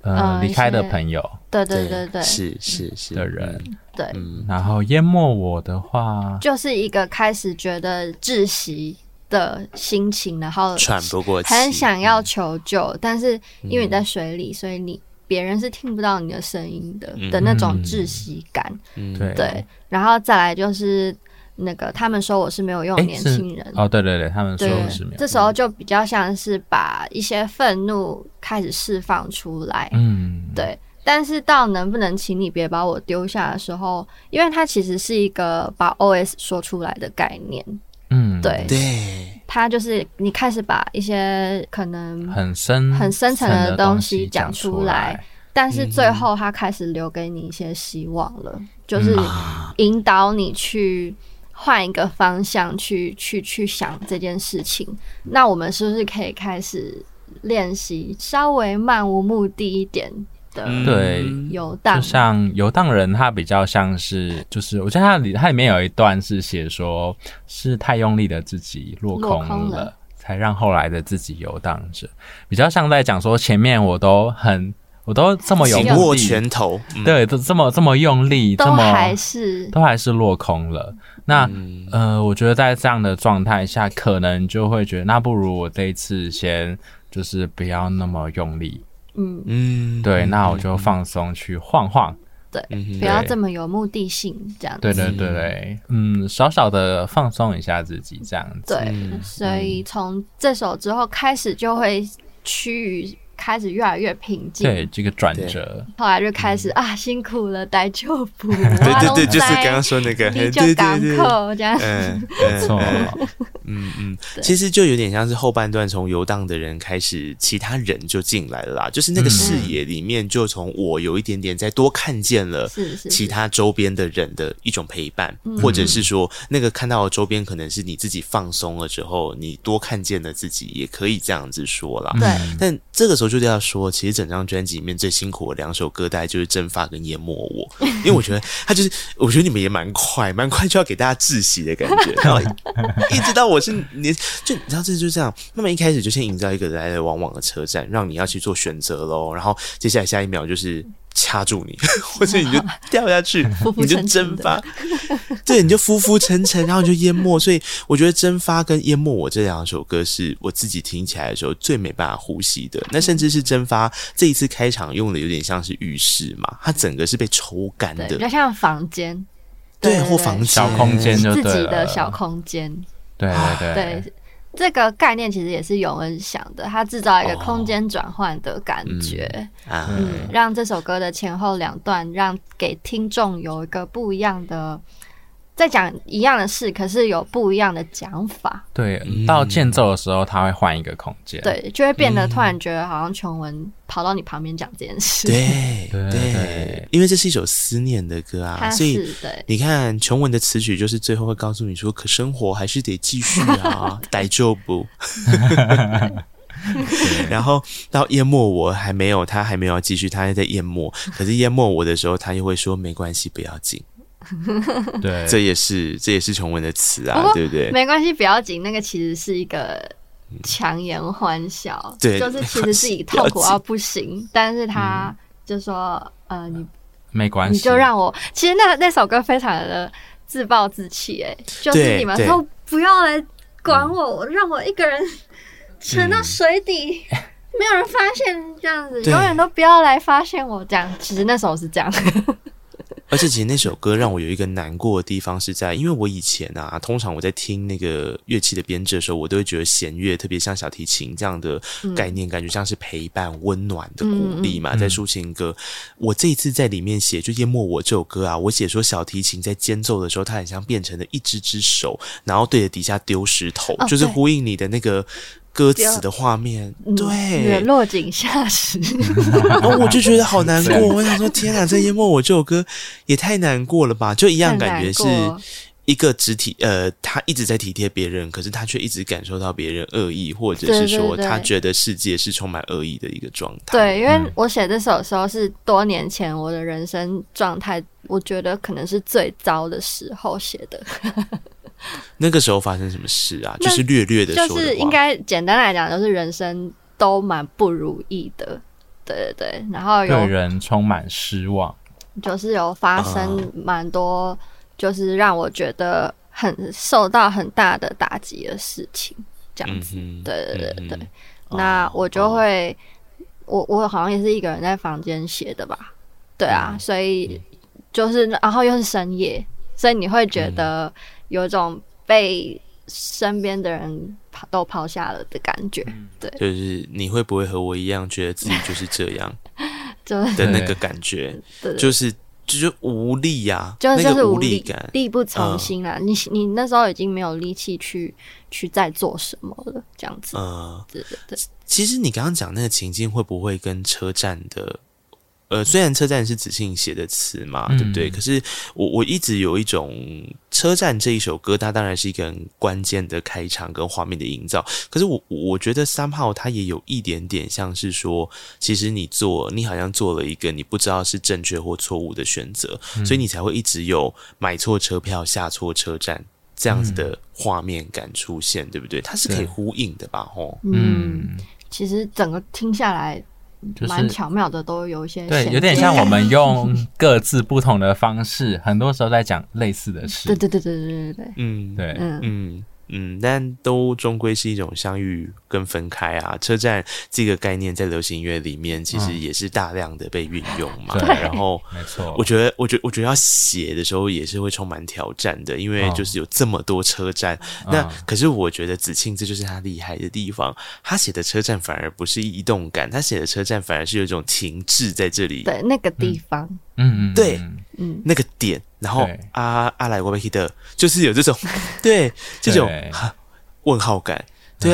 [SPEAKER 2] 呃，
[SPEAKER 1] 嗯
[SPEAKER 2] 离开
[SPEAKER 1] 一
[SPEAKER 2] 的
[SPEAKER 1] 些
[SPEAKER 2] 朋友
[SPEAKER 1] 对对对对
[SPEAKER 3] 是是是
[SPEAKER 2] 的人。，
[SPEAKER 1] 对，
[SPEAKER 3] 嗯，
[SPEAKER 2] 然后淹没我的话，
[SPEAKER 1] 就是一个开始觉得窒息的心情，然后
[SPEAKER 3] 喘不过气，嗯
[SPEAKER 1] 很想要求救，但是因为你在水里，所以你别人是听不到你的声音的
[SPEAKER 3] 嗯
[SPEAKER 1] 的那种窒息感。
[SPEAKER 3] 嗯，
[SPEAKER 2] 对
[SPEAKER 1] 对，然后再来就是那个他们说我是没有用的
[SPEAKER 3] 哎
[SPEAKER 2] 诶
[SPEAKER 1] 年
[SPEAKER 2] 是
[SPEAKER 1] 轻人。
[SPEAKER 2] 哦，对对对，他们说
[SPEAKER 1] 对
[SPEAKER 2] 我是没，有，
[SPEAKER 1] 这时候就比较像是把一些愤怒开始释放出来，
[SPEAKER 2] 嗯，
[SPEAKER 1] 对。但是到能不能请你别把我丢下的时候，因为它其实是一个把 OS 说出来的概念，
[SPEAKER 2] 嗯，
[SPEAKER 1] 对
[SPEAKER 3] 对，
[SPEAKER 1] 它就是你开始把一些可能
[SPEAKER 2] 很深
[SPEAKER 1] 很深层的
[SPEAKER 2] 东
[SPEAKER 1] 东西
[SPEAKER 2] 讲
[SPEAKER 1] 讲
[SPEAKER 2] 出
[SPEAKER 1] 出来，但是最后
[SPEAKER 2] 嗯
[SPEAKER 1] 他开始留给你一些希望了，就是
[SPEAKER 2] 嗯
[SPEAKER 1] 引导你去换一个方向去去去想这件事情。那我们是不是可以开始练习稍微漫无目的一点的
[SPEAKER 3] 嗯
[SPEAKER 2] 对
[SPEAKER 1] 游荡
[SPEAKER 2] 就？像游荡人，他比较像是，就是我觉得他里他里面有一段是写说，是太用力的自己落空
[SPEAKER 1] 落空了
[SPEAKER 2] 才让后来的自己游荡着，比较像在讲说前面我都很我都这么哦有
[SPEAKER 3] 紧
[SPEAKER 2] 目
[SPEAKER 3] 握
[SPEAKER 2] 的，
[SPEAKER 3] 拳头，嗯，
[SPEAKER 2] 对，都这么这么用力，这
[SPEAKER 1] 都
[SPEAKER 2] 么
[SPEAKER 1] 还是
[SPEAKER 2] 都还是落空了。那、
[SPEAKER 3] 嗯
[SPEAKER 2] 呃，我觉得在这样的状态下，可能就会觉得，那不如我这一次先就是不要那么用力，
[SPEAKER 1] 嗯，
[SPEAKER 3] 嗯，
[SPEAKER 2] 对，
[SPEAKER 3] 嗯
[SPEAKER 2] 那我就放松去晃晃。
[SPEAKER 3] 嗯哼
[SPEAKER 1] 不要这么有目的性这样
[SPEAKER 2] 对
[SPEAKER 1] 子。
[SPEAKER 2] 对对对，嗯，少少的放松一下自己，这样子。
[SPEAKER 1] 对，
[SPEAKER 3] 嗯
[SPEAKER 1] 所以从这首之后开始就会趋于开始越来越平静，
[SPEAKER 2] 对，这个转折，
[SPEAKER 1] 后来就开
[SPEAKER 3] 嗯
[SPEAKER 1] 始、啊，辛苦了，逮就
[SPEAKER 3] [LAUGHS]
[SPEAKER 1] 补，对
[SPEAKER 3] 对对对，就是刚刚说那个，
[SPEAKER 1] 你
[SPEAKER 3] 对
[SPEAKER 1] 就
[SPEAKER 3] 对
[SPEAKER 1] 港
[SPEAKER 3] 对，
[SPEAKER 1] 口这样，
[SPEAKER 2] [LAUGHS]
[SPEAKER 3] 嗯，
[SPEAKER 2] 没错，
[SPEAKER 3] 嗯嗯，
[SPEAKER 1] 对
[SPEAKER 3] 其实就有点像是后半段从游荡的人开始，其他人就进来了啦，就是那个
[SPEAKER 2] 嗯
[SPEAKER 3] 视野里面，就从我有一点点再多看见了。
[SPEAKER 1] 是是嗯
[SPEAKER 3] 其
[SPEAKER 1] 是，
[SPEAKER 3] 他周边的人的一种陪伴，或者是说那个看到的周边可能是你自己放松了之后，你多看见了自己，也可以这样子说啦。
[SPEAKER 1] 对
[SPEAKER 2] 嗯
[SPEAKER 3] 但这个时候就是要说，其实整张专辑里面最辛苦的两首歌，大概就是《蒸发》跟《淹没我》， [LAUGHS] 因为我觉得他就是，我觉得你们也蛮快，蛮快就要给大家窒息的感觉，然后一直到我是你，就你知道这就是这样，那么一开始就先营造一个来来往往的车站，让你要去做选择喽，然后接下来下一秒就是。掐住你， [LAUGHS] 或者你就掉下去，
[SPEAKER 1] [LAUGHS] 浮浮
[SPEAKER 3] 你就
[SPEAKER 1] 沉沉
[SPEAKER 3] 蒸
[SPEAKER 1] 的
[SPEAKER 3] 发，对，你就浮浮沉沉，然后你就淹没。所以我觉得《蒸发》跟《淹没我》这两首歌是我自己听起来的时候最没办法呼吸的。那甚至是《蒸发》这一次开场用的有点像是浴室嘛，它整个是被抽干
[SPEAKER 1] 对，
[SPEAKER 3] 的，
[SPEAKER 1] 比较像房间，
[SPEAKER 3] 对或房间
[SPEAKER 2] 小空间就
[SPEAKER 1] 自
[SPEAKER 2] 对
[SPEAKER 1] 己
[SPEAKER 2] 了，
[SPEAKER 1] 的小空间，
[SPEAKER 2] 对对对
[SPEAKER 1] 对。这个概念其实也是永恩想的，他制造一个空间转换的感觉，
[SPEAKER 3] 啊，
[SPEAKER 1] 嗯，让这首歌的前后两段让给听众有一个不一样的，在讲一样的事，可是有不一样的讲法，
[SPEAKER 2] 对
[SPEAKER 3] 嗯，
[SPEAKER 2] 到间奏的时候，它会换一个空间。
[SPEAKER 1] 对，就会变得突然觉得好像琼文跑到你旁边讲这件事，
[SPEAKER 3] 嗯对
[SPEAKER 2] 对
[SPEAKER 3] 对
[SPEAKER 2] 对，
[SPEAKER 3] 因为这是一首思念的歌啊，
[SPEAKER 1] 他
[SPEAKER 3] 所以
[SPEAKER 1] 是对。
[SPEAKER 3] 你看琼文的词曲就是最后会告诉你说，可生活还是得继续
[SPEAKER 1] [LAUGHS]
[SPEAKER 3] 啊，逮住不？ [LAUGHS] 然后到淹没我还没有，他还没有要继续，他还在淹没。可是淹没我的时候，他又会说没关系，不要紧。
[SPEAKER 2] 对
[SPEAKER 3] 这也是这也是琼文的词
[SPEAKER 1] 不
[SPEAKER 3] 啊，
[SPEAKER 1] 过
[SPEAKER 3] 对不对？嗯
[SPEAKER 1] 没关系，不要紧。那个其实是一个强颜欢笑，
[SPEAKER 3] 对嗯
[SPEAKER 1] 就是其实自己痛苦啊到不行，但是他就说，呃，你
[SPEAKER 2] 没
[SPEAKER 3] 啊
[SPEAKER 2] 关
[SPEAKER 1] 你
[SPEAKER 2] 系，
[SPEAKER 1] 就
[SPEAKER 2] [LAUGHS]
[SPEAKER 1] 让我，其实那那首歌非常的自暴自弃，哎，就是
[SPEAKER 3] 对
[SPEAKER 1] 你们
[SPEAKER 3] 对
[SPEAKER 1] 都不要来管我，让我一个人沉到水底。没有人发现这样子，
[SPEAKER 3] 嗯对
[SPEAKER 1] 永远都不要来发现我这样。其实那时候是这样，
[SPEAKER 3] 而且其实那首歌让我有一个难过的地方是在，因为我以前啊，通常我在听那个乐器的编制的时候，我都会觉得弦乐特别像小提琴这样的概念，感觉像是陪伴、温暖的鼓励嘛。
[SPEAKER 2] 嗯嗯
[SPEAKER 3] 在抒情歌，我这一次在里面写就淹没我这首歌啊，我写说小提琴在间奏的时候，它很像变成了一只只手，然后对着底下丢石头，
[SPEAKER 1] 哦
[SPEAKER 3] 就是
[SPEAKER 1] 对
[SPEAKER 3] 呼应你的那个。歌词的画面，对，
[SPEAKER 1] 嗯落井下石。
[SPEAKER 3] 然
[SPEAKER 1] 哦
[SPEAKER 3] 后我就觉得好难过，
[SPEAKER 2] 对
[SPEAKER 3] 我想说天哪，这淹没我这首歌也太难过了吧？就一样
[SPEAKER 1] 很
[SPEAKER 3] 感
[SPEAKER 1] 难
[SPEAKER 3] 觉是
[SPEAKER 1] 过
[SPEAKER 3] 一个只体呃，他一直在体贴别人，可是他却一直感受到别人恶意，或者是
[SPEAKER 1] 对对
[SPEAKER 3] 说
[SPEAKER 1] 对
[SPEAKER 3] 他觉得世界是充满恶意的一个状态。
[SPEAKER 1] 对，因为
[SPEAKER 2] 嗯
[SPEAKER 1] 我写这首的时候是多年前我的人生状态，我觉得可能是最糟的时候写的，
[SPEAKER 3] 那个时候发生什么事啊？就
[SPEAKER 1] 那
[SPEAKER 3] 是略略的说的
[SPEAKER 1] 就
[SPEAKER 3] 话
[SPEAKER 1] 是应该简单来讲，就是人生都蛮不如意的。对对对，然后
[SPEAKER 2] 对
[SPEAKER 1] 有
[SPEAKER 2] 人充满失望。
[SPEAKER 1] 就是有发
[SPEAKER 3] 啊
[SPEAKER 1] 生蛮多，就是让我觉得很受到很大的打击的事情，这样
[SPEAKER 3] 嗯
[SPEAKER 1] 子。
[SPEAKER 3] 哼，
[SPEAKER 1] 对对对对
[SPEAKER 3] 嗯
[SPEAKER 1] 对
[SPEAKER 3] 哼，
[SPEAKER 1] 那我就
[SPEAKER 3] 哦
[SPEAKER 1] 会，我我好像也是一个人在房间写的吧？对啊，
[SPEAKER 3] 嗯
[SPEAKER 1] 所以就是然后又是深夜，所以你会觉得有一种被身边的人抛都抛下了的感觉，
[SPEAKER 3] 就是你会不会和我一样觉得自己就是这样
[SPEAKER 1] 就
[SPEAKER 3] 的那
[SPEAKER 2] 对
[SPEAKER 3] 个感觉？
[SPEAKER 1] 对对
[SPEAKER 3] 就是就是无力呀、啊，
[SPEAKER 1] 就是
[SPEAKER 3] 那
[SPEAKER 1] 就
[SPEAKER 3] 个
[SPEAKER 1] 是
[SPEAKER 3] 无
[SPEAKER 1] 力
[SPEAKER 3] 感。
[SPEAKER 1] 力不从心啦。你你那时候已经没有力气去去再做什么了，这样子。
[SPEAKER 3] 呃，
[SPEAKER 1] 对对对，
[SPEAKER 3] 其实你刚刚讲那个情境会不会跟车站的，呃，虽然车站是子信写的词嘛，
[SPEAKER 2] 嗯
[SPEAKER 3] 对不对？可是我我一直有一种车站这一首歌，它当然是一个很关键的开场跟画面的营造，可是我我觉得三号它也有一点点像是说，其实你做你好像做了一个你不知道是正确或错误的选择，
[SPEAKER 2] 嗯
[SPEAKER 3] 所以你才会一直有买错车票下错车站。这样子的画面感出现，对不对？它是可以
[SPEAKER 2] 嗯对
[SPEAKER 3] 呼应的吧？吼，
[SPEAKER 1] 嗯，
[SPEAKER 2] 嗯，
[SPEAKER 1] 其实整个听下来
[SPEAKER 2] 就是
[SPEAKER 1] 蛮巧妙的，都有一些
[SPEAKER 2] 对，
[SPEAKER 1] 衔
[SPEAKER 2] 有点
[SPEAKER 1] 接
[SPEAKER 2] 像
[SPEAKER 1] 感
[SPEAKER 2] 我们用各自不同的方式，很多时候在讲类似的事
[SPEAKER 1] 对。对对对对对对，
[SPEAKER 3] 嗯，
[SPEAKER 2] 对，
[SPEAKER 1] 嗯，
[SPEAKER 3] 嗯嗯，但都终归是一种相遇跟分开啊。车站这个概念在流行音乐里面其实
[SPEAKER 2] 嗯
[SPEAKER 3] 也是大量的被运用嘛。
[SPEAKER 2] 对
[SPEAKER 3] 然后
[SPEAKER 2] 没错。
[SPEAKER 3] 我觉得，我觉得我觉得要写的时候也是会充满挑战的，因为
[SPEAKER 2] 嗯
[SPEAKER 3] 就是有这么多车站。
[SPEAKER 2] 嗯
[SPEAKER 3] 那可是我觉得子庆这就是他厉害的地方，他写的车站反而不是移动感，他写的车站反而是有一种停滞在这里
[SPEAKER 1] 对那个地方，
[SPEAKER 2] 嗯嗯，嗯
[SPEAKER 3] 对
[SPEAKER 1] 嗯，
[SPEAKER 3] 那个点，然后
[SPEAKER 2] 对
[SPEAKER 3] 啊啊来我被 hit 的，就是有这种 [LAUGHS] 对这种
[SPEAKER 2] 对
[SPEAKER 3] 哈问号感。对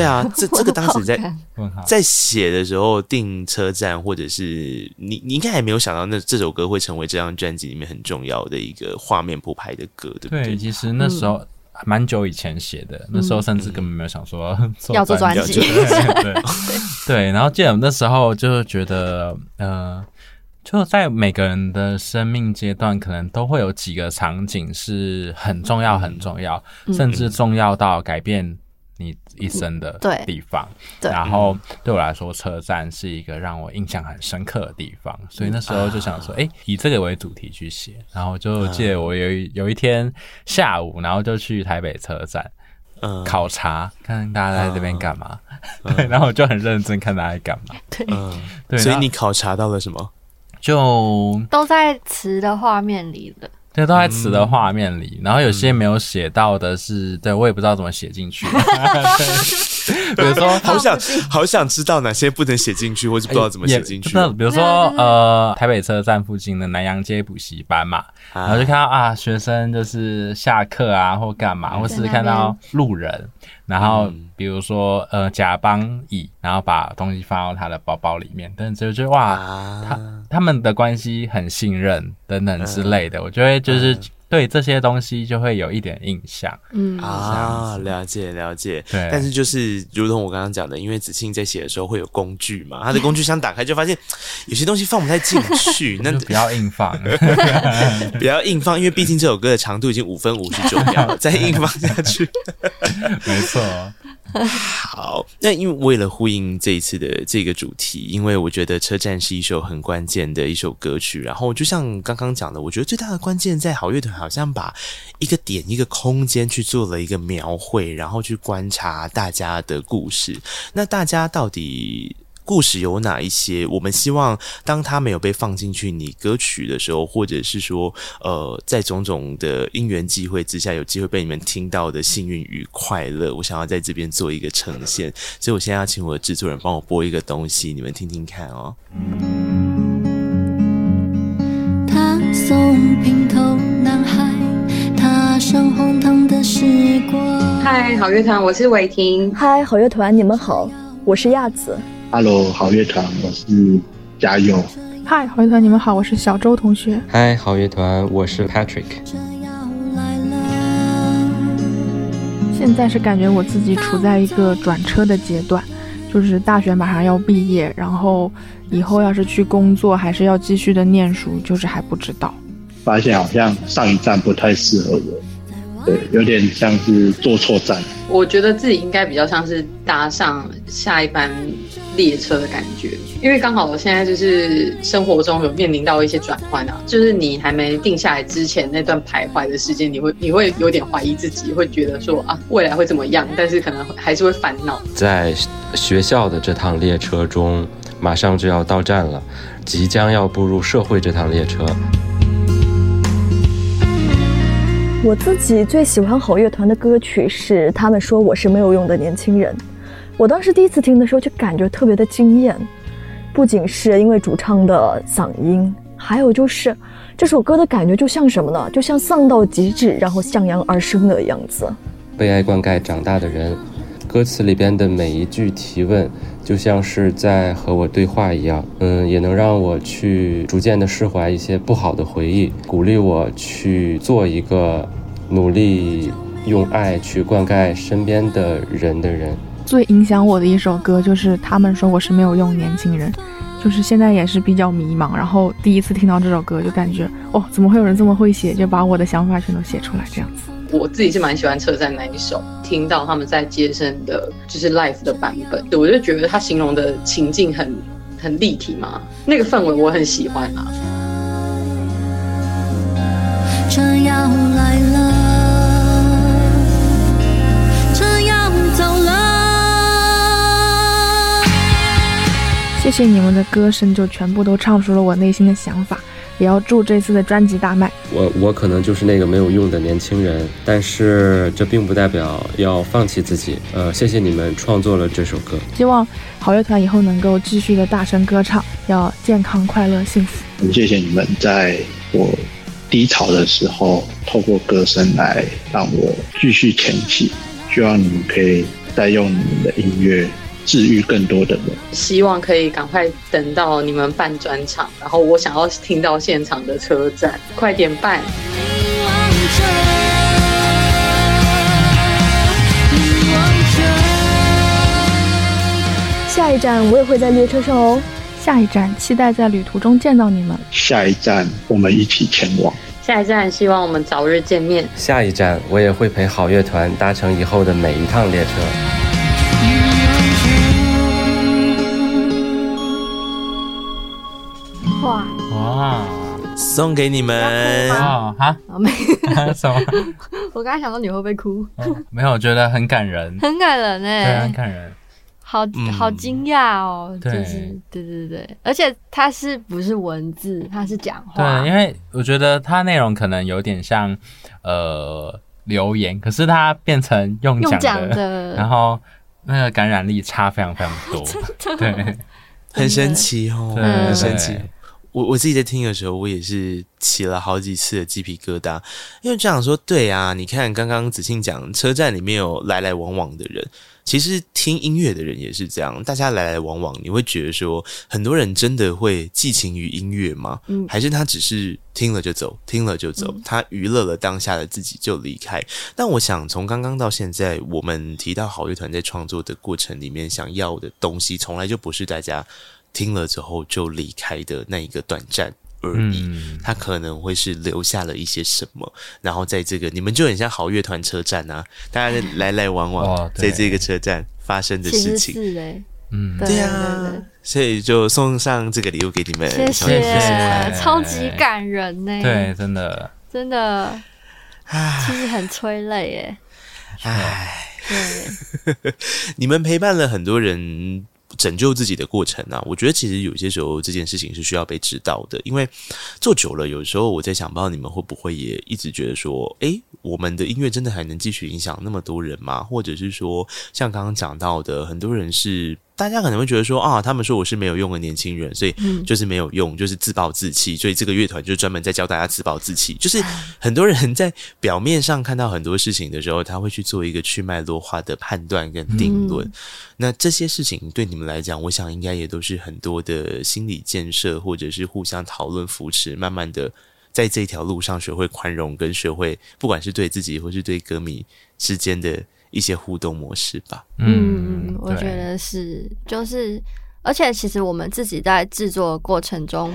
[SPEAKER 2] [LAUGHS]
[SPEAKER 3] 啊，这这个当时在
[SPEAKER 1] 我好感
[SPEAKER 2] 问号。
[SPEAKER 3] 在写的时候定车站，或者是你你应该还没有想到那这首歌会成为这张专辑里面很重要的一个画面铺排的歌，对不嗯
[SPEAKER 2] 对，其实那时候蛮久以前写的，那时候甚至根本没有想说
[SPEAKER 1] 要做专
[SPEAKER 3] 专辑
[SPEAKER 1] 辑，
[SPEAKER 2] 对对对，然后记得我们那时候就是觉得，呃，就在每个人的生命阶段，可能都会有几个场景是很重要、很重要，甚
[SPEAKER 3] 嗯
[SPEAKER 2] 至重要到改变你一生的
[SPEAKER 1] 对
[SPEAKER 2] 地方。
[SPEAKER 1] 对
[SPEAKER 2] 然后对我来说，车站是一个让我印象很深刻的地方，所以那时候就想
[SPEAKER 3] 嗯
[SPEAKER 2] 说，哎、以这个为主题去写。然后就记得我有一有一天下午，然后就去台北车站。
[SPEAKER 3] 嗯
[SPEAKER 2] 考察，看大家在这边干嘛。 [LAUGHS] 对，然后我就很认真看大家在干嘛。
[SPEAKER 3] 嗯，
[SPEAKER 2] 对，
[SPEAKER 3] 所以
[SPEAKER 2] 然后
[SPEAKER 3] 你考察到了什
[SPEAKER 2] [LAUGHS]
[SPEAKER 3] 么？
[SPEAKER 2] 就
[SPEAKER 1] 都在词的画面里了。
[SPEAKER 2] 对都在词
[SPEAKER 3] 嗯
[SPEAKER 2] 的画
[SPEAKER 3] [LAUGHS]
[SPEAKER 2] 面里，然后有些没有写到的是，对我也不知道怎么写进去。比如说
[SPEAKER 1] 放
[SPEAKER 3] 好
[SPEAKER 1] 不
[SPEAKER 3] 想
[SPEAKER 1] 进
[SPEAKER 3] 好想知道哪些不能写进去，或是不知道怎么写进去。
[SPEAKER 2] 哎
[SPEAKER 3] 哦
[SPEAKER 2] 那比如
[SPEAKER 1] 对啊
[SPEAKER 2] 说
[SPEAKER 1] 对
[SPEAKER 2] 呃，台北车站附近的南洋街补习班嘛，然后就
[SPEAKER 3] 啊，
[SPEAKER 2] 看到啊，学生就是下课啊，或干嘛，或是看到路人，然后
[SPEAKER 3] 嗯
[SPEAKER 2] 比如说呃假帮乙，然后把东西放到他的包包里面，但是就觉得哇，
[SPEAKER 3] 啊
[SPEAKER 2] 他们的关系很信任等等之类
[SPEAKER 3] 嗯
[SPEAKER 2] 的，我就会就是对这些东西就会有一点印象。
[SPEAKER 1] 嗯，
[SPEAKER 3] 啊，了解了解。
[SPEAKER 2] 对
[SPEAKER 3] 但是就是如同我刚刚讲的，因为子庆在写的时候会有工具嘛，他的工具箱打开就发现 [LAUGHS] 有些东西放不太进去，那
[SPEAKER 2] [LAUGHS] 就不要硬
[SPEAKER 3] [LAUGHS]
[SPEAKER 2] 放，
[SPEAKER 3] 不要硬放，因为毕竟这首歌的长度已经五分五十九秒了，再硬放下去。
[SPEAKER 2] 没错，
[SPEAKER 3] 好，那因为为了呼应这一次的这个主题，因为我觉得《车站》是一首很关键的一首歌曲。然后就像刚刚讲的，我觉得最大的关键在好乐团好像把一个点、一个空间去做了一个描绘，然后去观察大家的故事。那大家到底？故事有哪一些？我们希望当它没有被放进去你歌曲的时候，或者是说，呃，在种种的因缘际会之下，有机会被你们听到的幸运与快乐，我想要在这边做一个呈现，所以我现在要请我的制作人帮我播一个东西，你们听听看哦。
[SPEAKER 4] 他送平头男孩，踏上荒唐的时光。
[SPEAKER 5] 嗨，好乐团，我是伟霆。
[SPEAKER 6] 嗨，好乐团，你们好，我是亚子。
[SPEAKER 7] Hello，好乐团，我是嘉佑。
[SPEAKER 8] 嗨，好乐团，你们好，我是小周同学。
[SPEAKER 9] 嗨，好乐团，我是 Patrick。
[SPEAKER 4] 这样来了，
[SPEAKER 8] 现在是感觉我自己处在一个转车的阶段，就是大学马上要毕业，然后以后要是去工作，还是要继续的念书，就是还不知道。
[SPEAKER 7] 发现好像上一站不太适合我，对，有点像是坐错站。
[SPEAKER 5] 我觉得自己应该比较像是搭上下一班列车的感觉，因为刚好我现在就是生活中有面临到一些转换啊，就是你还没定下来之前那段徘徊的时间，你会你会有点怀疑自己，会觉得说啊未来会怎么样，但是可能还是会烦恼。
[SPEAKER 9] 在学校的这趟列车中，马上就要到站了，即将要步入社会这趟列车。
[SPEAKER 6] 我自己最喜欢好乐团的歌曲是《他们说我是没有用的年轻人》。我当时第一次听的时候就感觉特别的惊艳，不仅是因为主唱的嗓音，还有就是这首歌的感觉就像什么呢？就像丧到极致，然后向阳而生的样子。
[SPEAKER 9] 被爱灌溉长大的人，歌词里边的每一句提问，就像是在和我对话一样，嗯，也能让我去逐渐的释怀一些不好的回忆，鼓励我去做一个努力用爱去灌溉身边的人的人。
[SPEAKER 8] 最影响我的一首歌就是他们说我是没有用年轻人，就是现在也是比较迷茫，然后第一次听到这首歌就感觉哦，怎么会有人这么会写，就把我的想法全都写出来这样。
[SPEAKER 5] 我自己是蛮喜欢车站那一首，听到他们在街声的，就是 live 的版本，我就觉得他形容的情境很很立体嘛，那个氛围我很喜欢啊。
[SPEAKER 4] 这样来了，这样走了。
[SPEAKER 8] 谢谢你们的歌声，就全部都唱出了我内心的想法。也要祝这次的专辑大卖。
[SPEAKER 9] 我我可能就是那个没有用的年轻人，但是这并不代表要放弃自己。呃，谢谢你们创作了这首歌。
[SPEAKER 8] 希望好乐团以后能够继续的大声歌唱，要健康、快乐、幸福。
[SPEAKER 7] 很谢谢你们在我低潮的时候，透过歌声来让我继续前进。希望你们可以再用你们的音乐治愈更多的人。
[SPEAKER 5] 希望可以赶快等到你们办专场，然后我想要听到现场的车站，快点办！
[SPEAKER 4] 凝望着，凝望着。
[SPEAKER 6] 下一站我也会在列车上哦。
[SPEAKER 8] 下一站，期待在旅途中见到你们。
[SPEAKER 7] 下一站，我们一起前往。
[SPEAKER 5] 下一站，希望我们早日见面。
[SPEAKER 9] 下一站，我也会陪好乐团搭乘以后的每一趟列车。
[SPEAKER 1] 哇，
[SPEAKER 2] 哇
[SPEAKER 3] 送给你们，
[SPEAKER 2] 哦哈， [LAUGHS]
[SPEAKER 1] 啊没， [LAUGHS]
[SPEAKER 2] 什么？
[SPEAKER 1] 我刚才想到你会不会哭，
[SPEAKER 2] 哦 [LAUGHS] 没有，我觉得很
[SPEAKER 1] [LAUGHS]
[SPEAKER 2] 感人，
[SPEAKER 1] 很感人
[SPEAKER 2] 对，啊很
[SPEAKER 1] 哎、
[SPEAKER 2] 感人。
[SPEAKER 1] 好
[SPEAKER 3] 嗯
[SPEAKER 1] 好惊讶哦，就
[SPEAKER 2] 对
[SPEAKER 1] 是对对对，而且它是不是文字，它是讲话，
[SPEAKER 2] 对，因为我觉得它内容可能有点像呃留言，可是它变成用
[SPEAKER 1] 用
[SPEAKER 2] 讲
[SPEAKER 1] 讲
[SPEAKER 2] 的，
[SPEAKER 1] 的，
[SPEAKER 2] 然后那个感染力差非常非常
[SPEAKER 1] [LAUGHS]
[SPEAKER 2] 多。对
[SPEAKER 3] 很神奇哦，
[SPEAKER 2] 对，
[SPEAKER 3] 很
[SPEAKER 1] 嗯
[SPEAKER 3] 神奇
[SPEAKER 2] 对。
[SPEAKER 3] 我我自己在听的时候，我也是起了好几次的鸡皮疙瘩，因为就想说，对啊，你看刚刚子庆讲，车站里面有来来往往的人，其实听音乐的人也是这样，大家来来往往，你会觉得说，很多人真的会寄情于音乐吗？
[SPEAKER 1] 嗯
[SPEAKER 3] 还是他只是听了就走，听了就走，
[SPEAKER 2] 嗯
[SPEAKER 3] 他娱乐了当下的自己就离开？但我想从刚刚到现在，我们提到好乐团在创作的过程里面想要的东西，从来就不是大家听了之后就离开的那一个短暂而已。
[SPEAKER 2] 嗯，
[SPEAKER 3] 他可能会是留下了一些什么，然后在这个你们就很像好乐团车站啊，大家来来往往
[SPEAKER 2] 哦，对
[SPEAKER 3] 在这个车站发生的
[SPEAKER 1] 其
[SPEAKER 3] 事
[SPEAKER 1] 实
[SPEAKER 3] 情，
[SPEAKER 1] 是哎，
[SPEAKER 2] 嗯
[SPEAKER 1] 对
[SPEAKER 3] 对
[SPEAKER 1] 对
[SPEAKER 3] 啊，所以就送上这个礼物给你们，
[SPEAKER 1] 对，谢
[SPEAKER 2] 谢谢
[SPEAKER 1] 超级感人呢，
[SPEAKER 2] 对，，真的，
[SPEAKER 1] 真的
[SPEAKER 3] 唉
[SPEAKER 1] 其实很催泪哎，
[SPEAKER 3] 唉。
[SPEAKER 1] 对，
[SPEAKER 3] 你们陪伴了很多人拯救自己的过程啊，我觉得其实有些时候这件事情是需要被知道的，因为做久了，有时候我在想，不知道你们会不会也一直觉得说，诶，我们的音乐真的还能继续影响那么多人吗？或者是说，像刚刚讲到的，很多人是。大家可能会觉得说啊，他们说我是没有用的年轻人，所以就是没有用，就是自暴自弃。所以这个乐团就专门在教大家自暴自弃。就是很多人在表面上看到很多事情的时候，他会去做一个去脉络化的判断跟定论。那这些事情对你们来讲，我想应该也都是很多的心理建设，或者是互相讨论扶持，慢慢的在这条路上学会宽容，跟学会不管是对自己或是对歌迷之间的一些互动模式吧。
[SPEAKER 1] 嗯，我
[SPEAKER 2] 对
[SPEAKER 1] 觉得是，就是，而且其实我们自己在制作的过程中，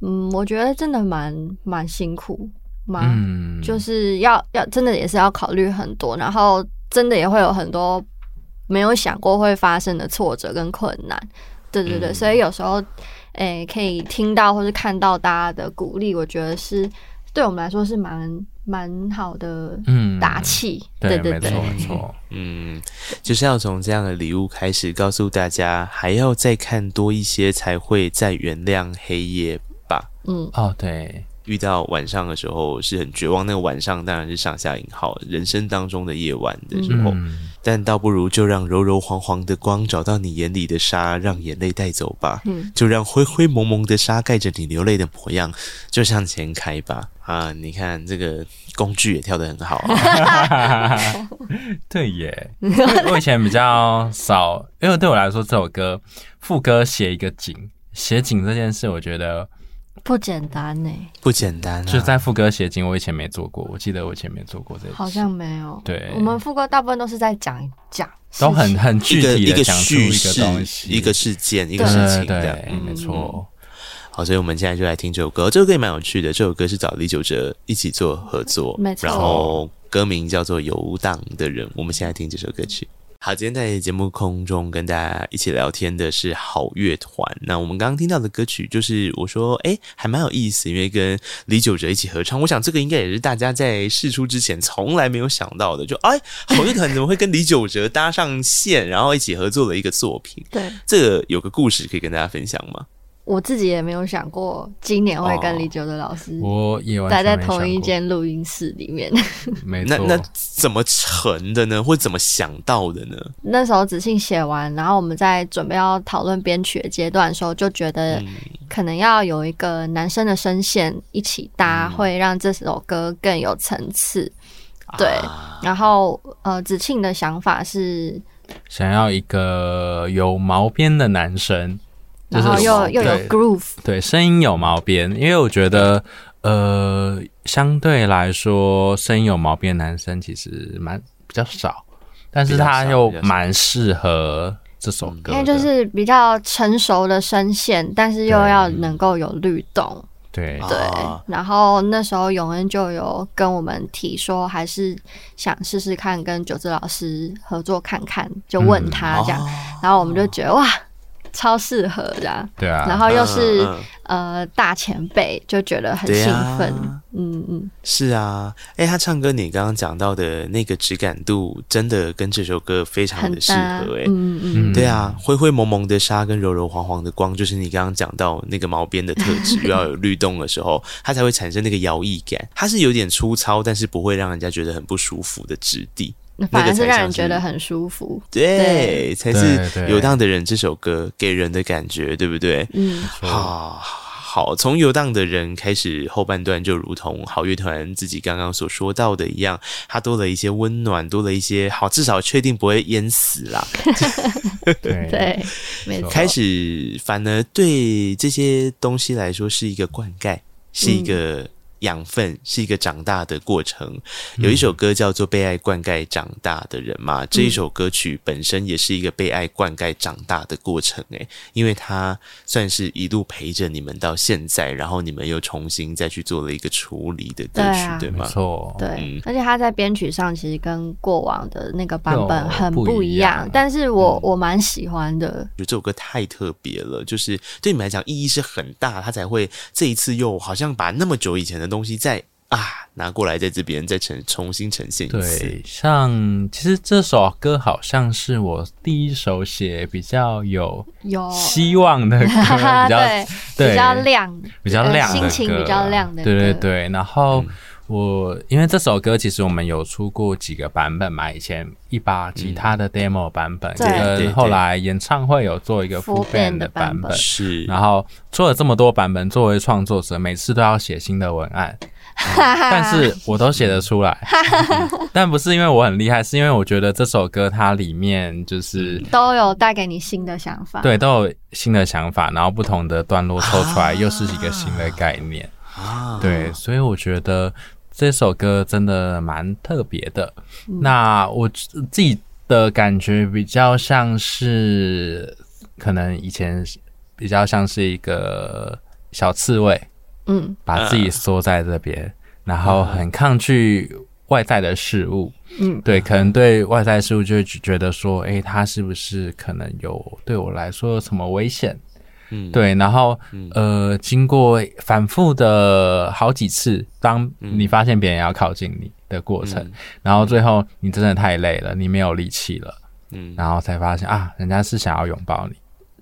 [SPEAKER 1] 嗯，我觉得真的蛮蛮辛苦，蛮、
[SPEAKER 2] 嗯，
[SPEAKER 1] 就是要要真的也是要考虑很多，然后真的也会有很多没有想过会发生的挫折跟困难。对对对，
[SPEAKER 3] 嗯
[SPEAKER 1] 所以有时候，诶、可以听到或是看到大家的鼓励，我觉得是对我们来说是蛮蛮好的
[SPEAKER 2] 嗯
[SPEAKER 1] 打气。
[SPEAKER 2] 对，
[SPEAKER 1] 对
[SPEAKER 2] 没
[SPEAKER 1] 对
[SPEAKER 2] 错，没错，
[SPEAKER 3] 嗯，就是要从这样的礼物开始，告诉大家还要再看多一些，才会再原谅黑夜吧。
[SPEAKER 1] 嗯，
[SPEAKER 2] 哦，对，
[SPEAKER 3] 遇到晚上的时候是很绝望，那个晚上当然是上下引号，人生当中的夜晚的时候，
[SPEAKER 2] 嗯，
[SPEAKER 3] 但倒不如就让柔柔黄黄的光找到你眼里的沙，让眼泪带走吧。
[SPEAKER 1] 嗯
[SPEAKER 3] 就让灰灰蒙蒙的沙盖着你流泪的模样，就向前开吧。啊，你看这个工具也跳得很好啊。
[SPEAKER 2] [LAUGHS] 对耶，我以前比较少，因为对我来说这首歌副歌写一个景，写景这件事，我觉得
[SPEAKER 1] 不简单呢、
[SPEAKER 3] 不简单、啊，
[SPEAKER 2] 就在副歌写景，我以前没做过，我记得我以前没做过这一集，
[SPEAKER 1] 好像没有。
[SPEAKER 2] 对
[SPEAKER 1] 我们副歌大部分都是在讲讲事情，
[SPEAKER 2] 都很很具
[SPEAKER 3] 一个
[SPEAKER 2] 体
[SPEAKER 3] 一
[SPEAKER 2] 的
[SPEAKER 3] 个
[SPEAKER 2] 讲出
[SPEAKER 3] 叙
[SPEAKER 2] 一个
[SPEAKER 3] 事
[SPEAKER 2] 东西，，
[SPEAKER 3] 一个事件，一个
[SPEAKER 2] 对
[SPEAKER 3] 事
[SPEAKER 2] 对
[SPEAKER 3] 情这样。
[SPEAKER 2] 对，
[SPEAKER 3] 嗯
[SPEAKER 2] 没错，
[SPEAKER 3] 好，所以我们现在就来听这首歌。这首歌也蛮有趣的，这首歌是找李玖哲一起做合作，
[SPEAKER 1] 没错
[SPEAKER 3] 然后歌名叫做《游荡的人》。我们现在听这首歌曲。好，今天在节目空中跟大家一起聊天的是好乐团。那我们刚刚听到的歌曲，就是我说，哎、还蛮有意思，因为跟李玖哲一起合唱。我想这个应该也是大家在试出之前从来没有想到的，就哎，好乐团怎么会跟李玖哲搭上线，然后一起合作的一个作品？
[SPEAKER 1] 对。
[SPEAKER 3] 这个有个故事可以跟大家分享吗？
[SPEAKER 1] 我自己也没有想过今年会跟李九的老
[SPEAKER 3] 嗯
[SPEAKER 1] 师
[SPEAKER 2] 哦我也完
[SPEAKER 1] 待
[SPEAKER 2] 全
[SPEAKER 1] 在
[SPEAKER 2] 没
[SPEAKER 1] 同
[SPEAKER 2] 想
[SPEAKER 1] 一
[SPEAKER 2] 过，
[SPEAKER 1] 间录音室里面。 [LAUGHS]
[SPEAKER 2] 没
[SPEAKER 3] 那
[SPEAKER 2] 错，
[SPEAKER 3] 那怎么成的呢？或怎么想到的呢？
[SPEAKER 1] 那时候子信写完，然后我们在准备要讨论编曲的阶段的时候，就觉
[SPEAKER 2] 嗯
[SPEAKER 1] 得可能要有一个男生的声线一起搭，
[SPEAKER 2] 嗯
[SPEAKER 1] 会让这首歌更有层次。
[SPEAKER 2] 啊
[SPEAKER 1] 对，然后呃，子庆的想法是，
[SPEAKER 2] 想要一个有毛边的男生，就
[SPEAKER 1] 然
[SPEAKER 2] 是哦
[SPEAKER 1] 后又又有
[SPEAKER 2] 对
[SPEAKER 1] groove，
[SPEAKER 2] 对，声音有毛边，因为我觉得，呃，相对来说，声音有毛边的男生其实蛮比较少，但是
[SPEAKER 3] 比较
[SPEAKER 2] 他
[SPEAKER 3] 少
[SPEAKER 2] 又
[SPEAKER 3] 比较少
[SPEAKER 2] 蛮适合这首歌
[SPEAKER 1] 因为嗯
[SPEAKER 2] 的，
[SPEAKER 1] 就是比较成熟的声线，但是又
[SPEAKER 2] 对
[SPEAKER 1] 要能够有律动。
[SPEAKER 2] 对
[SPEAKER 3] 啊
[SPEAKER 1] 对，然后那时候永恩就有跟我们提说，还是想试试看跟九志老师合作看看，就
[SPEAKER 3] 嗯
[SPEAKER 1] 问他这样，
[SPEAKER 3] 哦
[SPEAKER 1] 然后我们就觉得哇，超适合这样，
[SPEAKER 2] 对啊，
[SPEAKER 1] 然后又是、
[SPEAKER 3] 嗯嗯
[SPEAKER 1] 呃大前辈，就觉得很
[SPEAKER 3] 对
[SPEAKER 1] 兴
[SPEAKER 3] 啊
[SPEAKER 1] 奋，嗯嗯，
[SPEAKER 3] 是啊，哎、他唱歌你刚刚讲到的那个质感度，真的跟这首歌非常
[SPEAKER 1] 很
[SPEAKER 3] 的适
[SPEAKER 1] 搭
[SPEAKER 3] 合、，哎、
[SPEAKER 1] 嗯嗯
[SPEAKER 2] 嗯
[SPEAKER 3] 对啊，灰灰蒙蒙的沙跟柔柔黄黄的光，就是你刚刚讲到那个毛边的特
[SPEAKER 1] [LAUGHS]
[SPEAKER 3] 质，又要有律动的时候，它才会产生那个摇曳感。它是有点粗糙，但是不会让人家觉得很不舒服的质地。
[SPEAKER 1] 嗯反而
[SPEAKER 3] 那个才
[SPEAKER 1] 是让人
[SPEAKER 3] 像是
[SPEAKER 1] 觉得很舒服。
[SPEAKER 3] 对，才
[SPEAKER 2] 对
[SPEAKER 3] 是
[SPEAKER 2] 对
[SPEAKER 3] 《游荡的人》这首歌给人的感觉，对不对？
[SPEAKER 1] 嗯，
[SPEAKER 3] 好好，从游荡的人开始，后半段就如同好乐团自己刚刚所说到的一样，它多了一些温暖，多了一些好，至少确定不会淹死啦。
[SPEAKER 2] 对
[SPEAKER 1] 对，没错。
[SPEAKER 3] 开始反而对这些东西来说是一个灌溉，是一个养分，是一个长大的过程。有一首歌叫做《被爱灌溉长大的人》嘛，这一首歌曲本身也是一个被爱灌溉长大的过程、诶，因为它算是一路陪着你们到现在，然后你们又重新再去做了一个处理的歌曲，
[SPEAKER 1] 对啊
[SPEAKER 2] 没
[SPEAKER 3] 对,、吗？
[SPEAKER 2] 错，
[SPEAKER 1] 对，
[SPEAKER 3] 嗯
[SPEAKER 1] 而且他在编曲上其实跟过往的那个版本
[SPEAKER 2] 有
[SPEAKER 1] 很
[SPEAKER 2] 不
[SPEAKER 1] 不
[SPEAKER 2] 一
[SPEAKER 1] 一样
[SPEAKER 2] 样，嗯
[SPEAKER 1] 但是我、我蛮喜欢的。
[SPEAKER 3] 觉得这首歌太特别了，就是对你们来讲意义是很大，它才会这一次又好像把那么久以前的东西再啊拿过来，在这边再呈重新呈现一次
[SPEAKER 2] 对，。像其实这首歌好像是我第一首写比较有
[SPEAKER 1] 有，
[SPEAKER 2] 希望的歌，比较
[SPEAKER 1] 哦 [LAUGHS] 对，
[SPEAKER 2] 对嗯
[SPEAKER 1] 比较亮，
[SPEAKER 2] 比较亮的歌，
[SPEAKER 1] 呃心情比较亮的歌
[SPEAKER 2] 对对对，然
[SPEAKER 1] 嗯
[SPEAKER 2] 后我、因为这首歌其实我们有出过几个版本嘛，以前一把吉他的 demo 版本，
[SPEAKER 1] 对对
[SPEAKER 3] 对
[SPEAKER 2] 跟后来演唱会有做一个
[SPEAKER 1] Full
[SPEAKER 2] full
[SPEAKER 1] band
[SPEAKER 2] band 的
[SPEAKER 1] 的版
[SPEAKER 2] 版
[SPEAKER 1] 本
[SPEAKER 2] 本。
[SPEAKER 3] 是，
[SPEAKER 2] 然后做了这么多版本，作为创作者，每次都要写新的文
[SPEAKER 1] [LAUGHS]
[SPEAKER 2] 案，
[SPEAKER 1] 啊
[SPEAKER 2] 但是我都写得出来。但不是因为我很厉害，是因为我觉得这首歌它里面就是
[SPEAKER 1] 都有带给你新的想法。
[SPEAKER 2] 对，都有新的想法，然后不同的段落抽出来又是一个新的概念。
[SPEAKER 3] 啊，
[SPEAKER 2] 对，所以我觉得这首歌真的蛮特别的。嗯那我自自己的感觉比较像是，可能以前比较像是一个小刺猬，
[SPEAKER 1] 嗯
[SPEAKER 2] 把自己缩在这边，然后很抗拒外在的事物。
[SPEAKER 1] 嗯，
[SPEAKER 2] 对，可能对外在事物就会觉得说，诶，它是不是可能有对我来说有什么危险？
[SPEAKER 3] 嗯，
[SPEAKER 2] 对，然后
[SPEAKER 3] 嗯
[SPEAKER 2] 呃，经过反复的好几次，当你发现别人要靠近你的过程，
[SPEAKER 3] 嗯
[SPEAKER 2] 然后最后你真的太累了，你没有力气了，
[SPEAKER 3] 嗯，
[SPEAKER 2] 然后才发现啊，人家是想要拥抱你，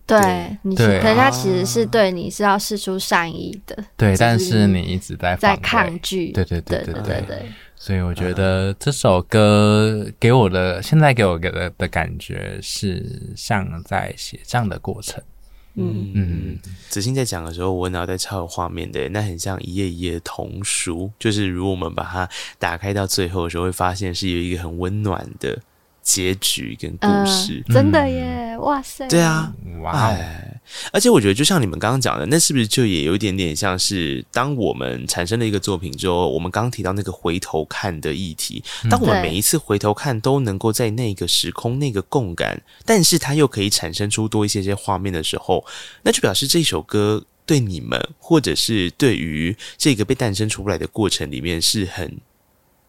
[SPEAKER 1] 对
[SPEAKER 3] 对，
[SPEAKER 1] 你是
[SPEAKER 2] 对
[SPEAKER 1] 人家其实是对你是要试出善意的，
[SPEAKER 2] 对，
[SPEAKER 1] 只
[SPEAKER 2] 但是你一直在
[SPEAKER 1] 在
[SPEAKER 2] 防卫
[SPEAKER 1] 抗拒。
[SPEAKER 2] 啊对对对
[SPEAKER 1] 对
[SPEAKER 2] 对对
[SPEAKER 1] 对
[SPEAKER 2] 所以我觉得这首歌给我的现在给我的的感觉是像在写这样的过程，
[SPEAKER 1] 嗯，
[SPEAKER 2] 嗯，
[SPEAKER 3] 子欣在讲的时候，我脑袋超有画面的，那很像一页一页的童书，就是如果我们把它打开到最后的时候，会发现是有一个很温暖的结局跟故
[SPEAKER 1] 嗯
[SPEAKER 3] 事。
[SPEAKER 1] 真的耶，哎哇塞，
[SPEAKER 3] 对啊，
[SPEAKER 2] 哇哦，
[SPEAKER 3] 哎，而且我觉得，就像你们刚刚讲的，那是不是就也有一点点像是，当我们产生了一个作品之后，我们刚刚提到那个回头看的议题，当我
[SPEAKER 1] 对
[SPEAKER 3] 们每一次回头看都能够在那个时空、那个共感，但是它又可以产生出多一些些画面的时候，那就表示这首歌对你们，或者是对于这个被诞生出来的过程里面是很。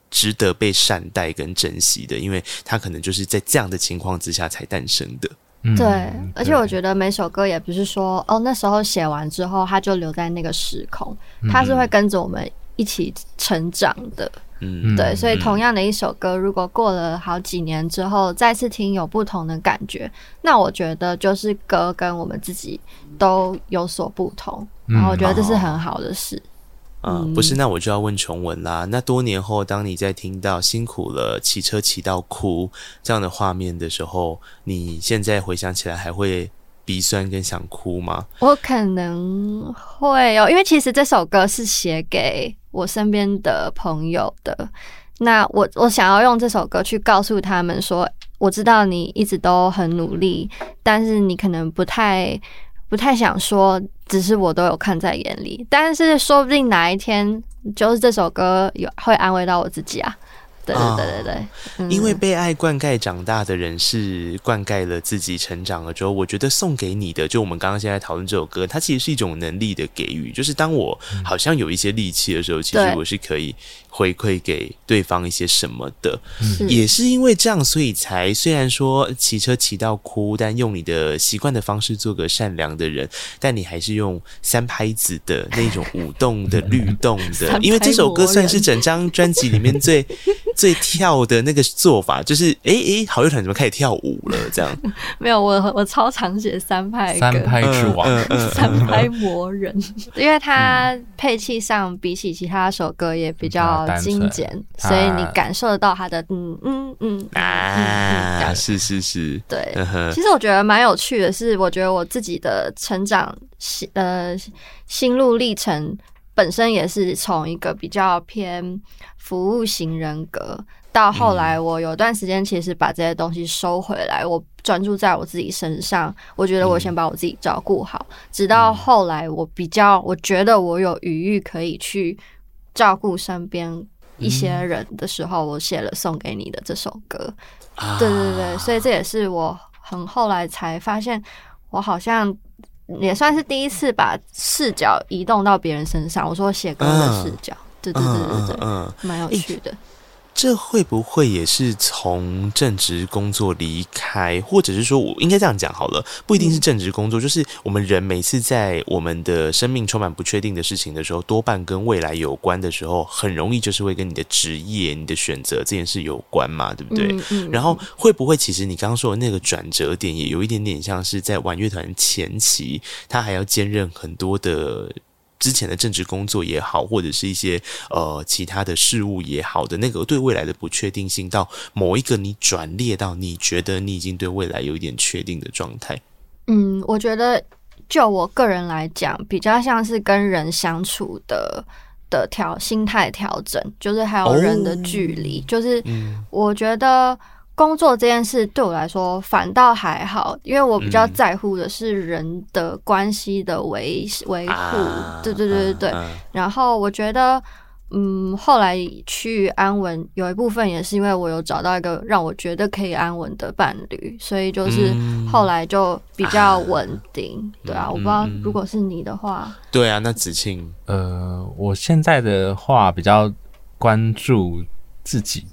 [SPEAKER 3] 值得被善待跟珍惜的，因为它可能就是在这样的情况之下才诞生的。
[SPEAKER 2] 嗯
[SPEAKER 1] 对，而且我
[SPEAKER 2] 得
[SPEAKER 1] 觉得每首歌也不是说哦，那时候写完之后它就留在那个时空，
[SPEAKER 2] 嗯
[SPEAKER 1] 它是会跟着我们一起成长的。
[SPEAKER 3] 嗯，
[SPEAKER 1] 对，所以同样的一首歌，如果过了好几年之后再次听，有不同的感觉，那我觉得就是歌跟我们自己都有所不同，
[SPEAKER 2] 嗯
[SPEAKER 1] 然后我觉得这是很好的事。
[SPEAKER 3] 啊、
[SPEAKER 1] 嗯
[SPEAKER 3] 不是，那我就要问琼文啦。那多年后，当你在听到“辛苦了，骑车骑到哭”这样的画面的时候，你现在回想起来还会鼻酸跟想哭吗？
[SPEAKER 1] 我可能会哦有，因为其实这首歌是写给我身边的朋友的。那我我想要用这首歌去告诉他们说，我知道你一直都很努力，但是你可能不太不太想说，只是我都有看在眼里。但是说不定哪一天，就是这首歌有会安慰到我自己啊。对对对对对，嗯
[SPEAKER 3] 啊因为被爱灌溉长大的人是灌溉了自己成长了之后，我觉得送给你的，就我们刚刚现在讨论这首歌，它其实是一种能力的给予，就是当我好像有一些力气的时候，其实
[SPEAKER 1] 嗯对
[SPEAKER 3] 我是可以回馈给对方一些什么的。
[SPEAKER 1] 是
[SPEAKER 3] 也是因为这样，所以才虽然说骑车骑到哭，但用你的习惯的方式做个善良的人，但你还是用三拍子的那种舞动的律动 [LAUGHS] 的，因为这首歌算是整张专辑里面 [LAUGHS] 最最跳的那个做法，就是诶诶，好乐团怎么开始跳舞了？这 [LAUGHS] 样，
[SPEAKER 1] 没有我我超常写三拍歌，
[SPEAKER 2] 三拍之王，
[SPEAKER 3] 嗯
[SPEAKER 1] [LAUGHS] 三拍魔人，因为它配器上比起其他首歌也比较较
[SPEAKER 2] 嗯单纯
[SPEAKER 1] 精简，所以你
[SPEAKER 2] 啊
[SPEAKER 1] 感受得到它的嗯嗯嗯嗯嗯
[SPEAKER 3] 啊，
[SPEAKER 1] 感
[SPEAKER 3] 是是是，
[SPEAKER 1] 对。
[SPEAKER 3] 嗯哼，
[SPEAKER 1] 其实我觉得蛮有趣的是，我觉得我自己的成长心呃心路历程本身也是从一个比较偏服务型人格，到后来我有段时间其实把这些东西收回来，我专注在我自己身上。我觉得我先把我自己照顾好，直到后来我比较，我觉得我有余裕可以去照顾身边。一些人的时候，我写了送给你的这首歌，
[SPEAKER 3] 啊
[SPEAKER 1] 对对对，所以这也是我很后来才发现，我好像也算是第一次把视角移动到别人身上。我说写歌的视角，对对对对
[SPEAKER 3] 嗯
[SPEAKER 1] 对
[SPEAKER 3] 嗯嗯，
[SPEAKER 1] 蛮有趣的。
[SPEAKER 3] 这会不会也是从正职工作离开，或者是说我应该这样讲好了，不一定是正职工作，就是我们人每次在我们的生命充满不确定的事情的时候，多半跟未来有关的时候，很容易就是会跟你的职业、你的选择这件事有关嘛，对不对？
[SPEAKER 1] 嗯嗯
[SPEAKER 3] 然后会不会其实你刚刚说的那个转折点，也有一点点像是在玩乐团前期，他还要兼任很多的之前的政治工作也好，或者是一些呃其他的事物也好的那个对未来的不确定性，到某一个你转列到你觉得你已经对未来有一点确定的状态。
[SPEAKER 1] 嗯，我觉得就我个人来讲，比较像是跟人相处的的调心态调整，就是还有人
[SPEAKER 3] 哦
[SPEAKER 1] 的距离，就是
[SPEAKER 3] 嗯
[SPEAKER 1] 我觉得。工作这件事对我来说反倒还好，因为我比较
[SPEAKER 3] 嗯
[SPEAKER 1] 在乎的是人的关系的维维护
[SPEAKER 3] 啊，
[SPEAKER 1] 对对对对对。
[SPEAKER 3] 啊
[SPEAKER 1] 然后我觉得，嗯，后来去安稳有一部分也是因为我有找到一个让我觉得可以安稳的伴侣，所以就是
[SPEAKER 3] 嗯啊
[SPEAKER 1] 后来就比较稳定。对啊，我不知道
[SPEAKER 3] 嗯嗯
[SPEAKER 1] 如果是你的话，
[SPEAKER 3] 对啊，那子庆
[SPEAKER 2] 呃，我现在的话比较关注自己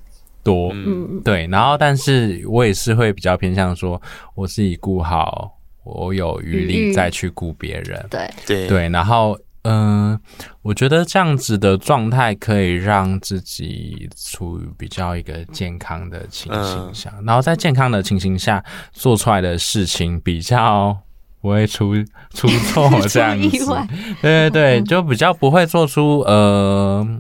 [SPEAKER 2] 多，
[SPEAKER 1] 嗯嗯
[SPEAKER 2] 对，然后但是我也是会比较偏向说，我自己顾好，我有余
[SPEAKER 1] 余
[SPEAKER 2] 力
[SPEAKER 1] 裕
[SPEAKER 2] 再去顾别人，
[SPEAKER 1] 对，
[SPEAKER 3] 对
[SPEAKER 2] 对，然后嗯、呃我觉得这样子的状态可以让自己处于比较一个健康的情形下，然后在健康的情形下做出来的事情比较不会出出错这样
[SPEAKER 1] 出
[SPEAKER 2] 子
[SPEAKER 3] [LAUGHS]
[SPEAKER 1] 意外，
[SPEAKER 2] 对对对，就比较不会做出呃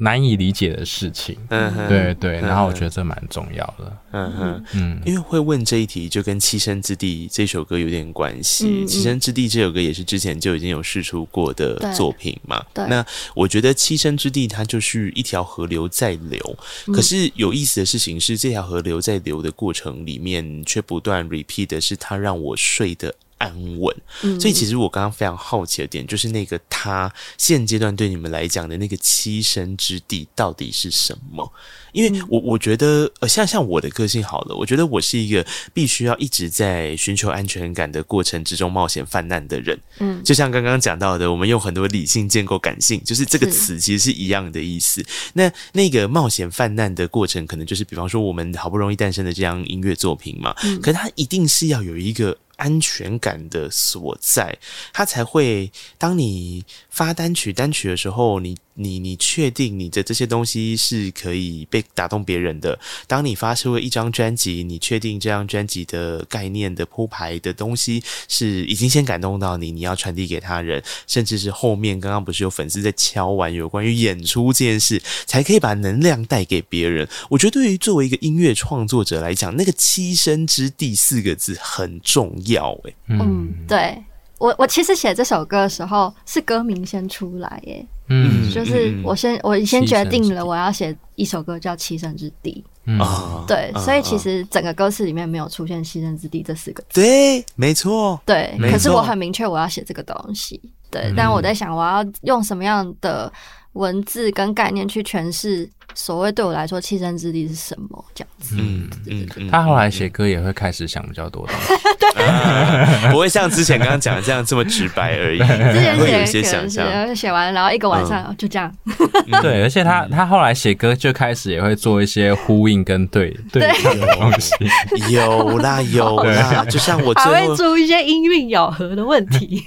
[SPEAKER 2] 难以理解的事情。
[SPEAKER 3] 嗯哼
[SPEAKER 2] 对对，然后我
[SPEAKER 3] 嗯
[SPEAKER 2] 觉得这蛮重要的。
[SPEAKER 3] 嗯哼。
[SPEAKER 2] 嗯，
[SPEAKER 3] 因为会问这一题，就跟《栖身之地》这首歌有点关系。
[SPEAKER 1] 嗯嗯
[SPEAKER 3] 栖身之地》这首歌也是之前就已经有试出过的
[SPEAKER 1] 对
[SPEAKER 3] 作品嘛。
[SPEAKER 1] 嗯对
[SPEAKER 3] 那我觉得《栖身之地》它就是一条河流在流，
[SPEAKER 1] 嗯
[SPEAKER 3] 可是有意思的事情是，这条河流在流的过程里面，却不断 repeat 的是它让我睡得安稳。
[SPEAKER 1] 嗯，
[SPEAKER 3] 所以其实我刚刚非常好奇的点，就是那个他现阶段对你们来讲的那个栖身之地到底是什么？因为我我觉得，呃，像像我的个性好了，我觉得我是一个必须要一直在寻求安全感的过程之中冒险泛滥的人。
[SPEAKER 1] 嗯
[SPEAKER 3] 就像刚刚讲到的，我们用很多理性建构感性，就是这个
[SPEAKER 1] 是
[SPEAKER 3] 词其实是一样的意思。那那个冒险泛滥的过程，可能就是比方说我们好不容易诞生的这张音乐作品嘛，可它一定是要有一个安全感的所在，它才会当你发单曲单曲的时候，你你你确定你的这些东西是可以被打动别人的。当你发出了一张专辑，你确定这张专辑的概念的铺排的东西是已经先感动到你，你要传递给他人，甚至是后面刚刚不是有粉丝在敲完有关于演出这件事，才可以把能量带给别人。我觉得对于作为一个音乐创作者来讲，那个栖身之地四个字很重要、欸。
[SPEAKER 1] 嗯，对我我其实写这首歌的时候是歌名先出来耶，
[SPEAKER 2] 嗯
[SPEAKER 1] 就是
[SPEAKER 3] 嗯嗯
[SPEAKER 1] 我先我先
[SPEAKER 2] 栖身
[SPEAKER 1] 决
[SPEAKER 2] 之
[SPEAKER 1] 定
[SPEAKER 2] 地
[SPEAKER 1] 了我要写一首歌叫《栖身之地》，
[SPEAKER 2] 嗯
[SPEAKER 3] 啊，
[SPEAKER 1] 对，所以其
[SPEAKER 3] 啊
[SPEAKER 1] 实整个歌词里面没有出现“牺牲之地”这四个字。
[SPEAKER 3] 对，没错，
[SPEAKER 1] 对，
[SPEAKER 3] 没
[SPEAKER 1] 可是我
[SPEAKER 3] 错嗯
[SPEAKER 1] 很明确我要写这个东西，对，但我在想我要用什么样的文字跟概念去诠释所谓对我来说栖身之地是什么这样子。
[SPEAKER 3] 嗯嗯嗯
[SPEAKER 2] 他后来写歌也会开始想比较多东西。
[SPEAKER 3] 不会像之前刚刚讲的这样这么直白而
[SPEAKER 1] [LAUGHS]
[SPEAKER 3] 已，
[SPEAKER 1] 之前
[SPEAKER 3] [LAUGHS] 会有一
[SPEAKER 1] 写
[SPEAKER 3] 些
[SPEAKER 1] 可
[SPEAKER 3] 想
[SPEAKER 1] 能
[SPEAKER 3] 象。嗯
[SPEAKER 1] 是写完，然后一个晚上就这样，嗯
[SPEAKER 2] 对，而且他他后来写歌就开始也会做一些呼应跟对对唱的东
[SPEAKER 1] [LAUGHS]
[SPEAKER 2] 西。
[SPEAKER 3] 有啦有 [LAUGHS] 啦，就像我
[SPEAKER 1] 还
[SPEAKER 3] 最后
[SPEAKER 1] 会出一些音韵咬合的问 [LAUGHS] 题。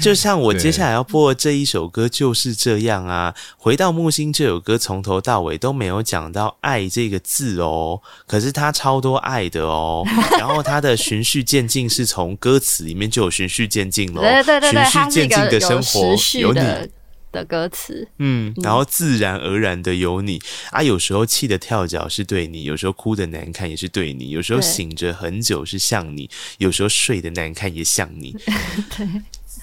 [SPEAKER 3] 就像我接下来要播的这一首歌就是这样啊。回到木星这首歌，从头到尾都没有讲到“爱”这个字哦，可是它超多爱的
[SPEAKER 1] [LAUGHS]
[SPEAKER 3] 哦。然后它的循序渐进是从歌词里面就有循序渐进喽，
[SPEAKER 1] 对对对对，
[SPEAKER 3] 哦循
[SPEAKER 1] 它
[SPEAKER 3] 序
[SPEAKER 1] 是一
[SPEAKER 3] 渐进
[SPEAKER 1] 个
[SPEAKER 3] 的生
[SPEAKER 1] 有
[SPEAKER 3] 活
[SPEAKER 1] 时序
[SPEAKER 3] 有你。
[SPEAKER 1] 的的歌词。
[SPEAKER 3] 嗯，然后自然而然的有你啊，有时候气得跳脚是对你，有时候哭的难看也是对你，有时候
[SPEAKER 1] 对
[SPEAKER 3] 醒着很久是像你，有时候睡得难看也像你。
[SPEAKER 1] [LAUGHS] 对，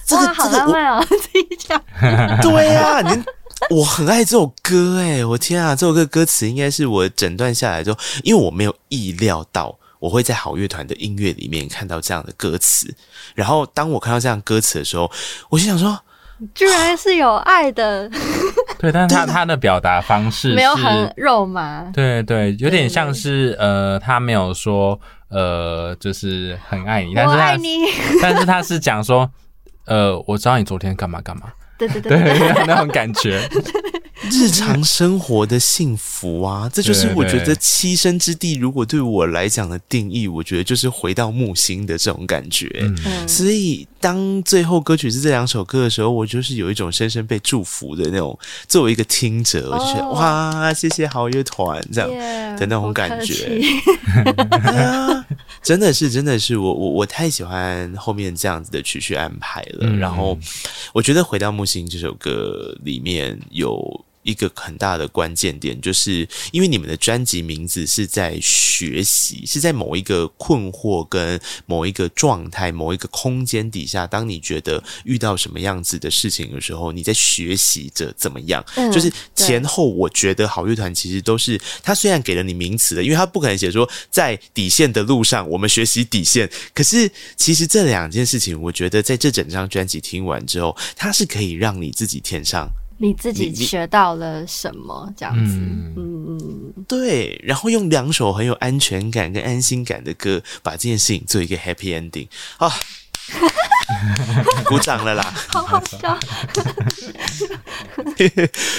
[SPEAKER 3] 这
[SPEAKER 1] 哇，
[SPEAKER 3] 个
[SPEAKER 1] 好
[SPEAKER 3] 这个
[SPEAKER 1] 浪漫哦！ [LAUGHS] 自己讲，
[SPEAKER 3] 我，对啊，你我很爱这首歌哎、我天啊，这首歌歌词应该是我诊断下来之后，因为我没有意料到。我会在好乐团的音乐里面看到这样的歌词，然后当我看到这样歌词的时候，我就想说，
[SPEAKER 1] 居然是有爱的，
[SPEAKER 2] 对，但是他他的表达方式是
[SPEAKER 1] 没有很肉麻。
[SPEAKER 2] 对对，有点像是呃，他没有说呃，就是很爱你，但
[SPEAKER 1] 我
[SPEAKER 2] 是他
[SPEAKER 1] 爱你，
[SPEAKER 2] [LAUGHS] 但是他是讲说，呃，我知道你昨天干嘛干嘛，
[SPEAKER 1] 对对对
[SPEAKER 2] 对
[SPEAKER 1] 对，
[SPEAKER 2] 那种感
[SPEAKER 1] [LAUGHS]
[SPEAKER 2] 觉，
[SPEAKER 3] 日常生活的幸福啊，这就是我觉
[SPEAKER 2] 对
[SPEAKER 3] 得栖身之地。如果对我来讲的定义，我觉得就是回到木星的这种感觉。
[SPEAKER 2] 嗯，
[SPEAKER 1] 嗯
[SPEAKER 3] 所以，当最后歌曲是这两首歌的时候，我就是有一种深深被祝福的那种。作为一个听者，我就觉得、
[SPEAKER 1] 哦
[SPEAKER 3] 哇，谢谢好乐团这样。
[SPEAKER 1] 耶
[SPEAKER 3] 的那种
[SPEAKER 1] 不
[SPEAKER 3] 感
[SPEAKER 1] 客
[SPEAKER 3] 觉
[SPEAKER 1] 气
[SPEAKER 3] 哎呀 [LAUGHS] 真的是，真的是，我我我太喜欢后面这样子的曲序安排了。
[SPEAKER 2] 嗯
[SPEAKER 3] 然后，我觉得《回到木星》这首歌里面有一个很大的关键点，就是因为你们的专辑名字是在学习，是在某一个困惑跟某一个状态、某一个空间底下，当你觉得遇到什么样子的事情的时候，你在学习着怎么样。
[SPEAKER 1] 嗯
[SPEAKER 3] 就是前后，我觉得好乐团其实都是，他虽然给了你名词的，因为他不可能写说在底线的路上，我们学习底线。可是其实这两件事情，我觉得在这整张专辑听完之后，它是可以让你自己填上
[SPEAKER 1] 你自己
[SPEAKER 3] 你你
[SPEAKER 1] 学到了什么？这样子，
[SPEAKER 2] 嗯
[SPEAKER 1] 嗯嗯。
[SPEAKER 3] 对，然后用两首很有安全感跟安心感的歌，把这件事情做一个 happy ending 啊。鼓掌了啦！
[SPEAKER 1] 好好笑，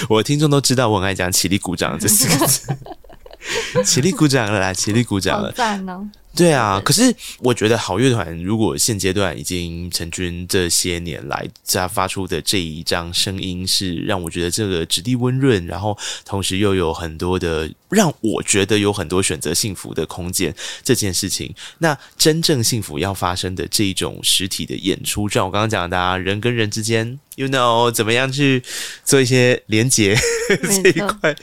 [SPEAKER 3] 我的听众都知道我很爱讲“起立鼓掌”这四个字，起立鼓掌了啦，起立鼓掌
[SPEAKER 1] 好
[SPEAKER 3] 了。
[SPEAKER 1] 赞哦！
[SPEAKER 3] 对啊，可是我觉得好乐团如果现阶段已经成军这些年来，他发出的这一张声音是让我觉得这个质地温润，然后同时又有很多的让我觉得有很多选择幸福的空间这件事情。那真正幸福要发生的这一种实体的演出，就像我刚刚讲的、啊，人跟人之间，you know，怎么样去做一些连接 [LAUGHS] 这
[SPEAKER 1] 没
[SPEAKER 3] 一
[SPEAKER 1] 错，
[SPEAKER 3] 块，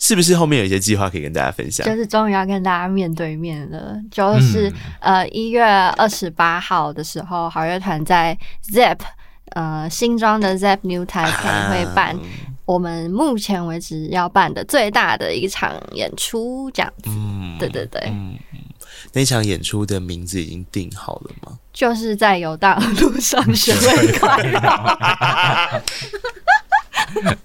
[SPEAKER 3] 是不是后面有一些计划可以跟大家分享？
[SPEAKER 1] 就是终于要跟大家面对面了，
[SPEAKER 3] 嗯
[SPEAKER 1] 就是、呃一月二十八号的时候，好乐团在 ZEP 呃新庄的 ZEP New 台北会办、
[SPEAKER 3] 啊
[SPEAKER 1] 我们目前为止要办的最大的一场演出，这样子。
[SPEAKER 3] 嗯
[SPEAKER 1] 对对对，
[SPEAKER 3] 嗯，那场演出的名字已经定好了吗？
[SPEAKER 1] 就是在游荡路上学会快乐。
[SPEAKER 3] [LAUGHS]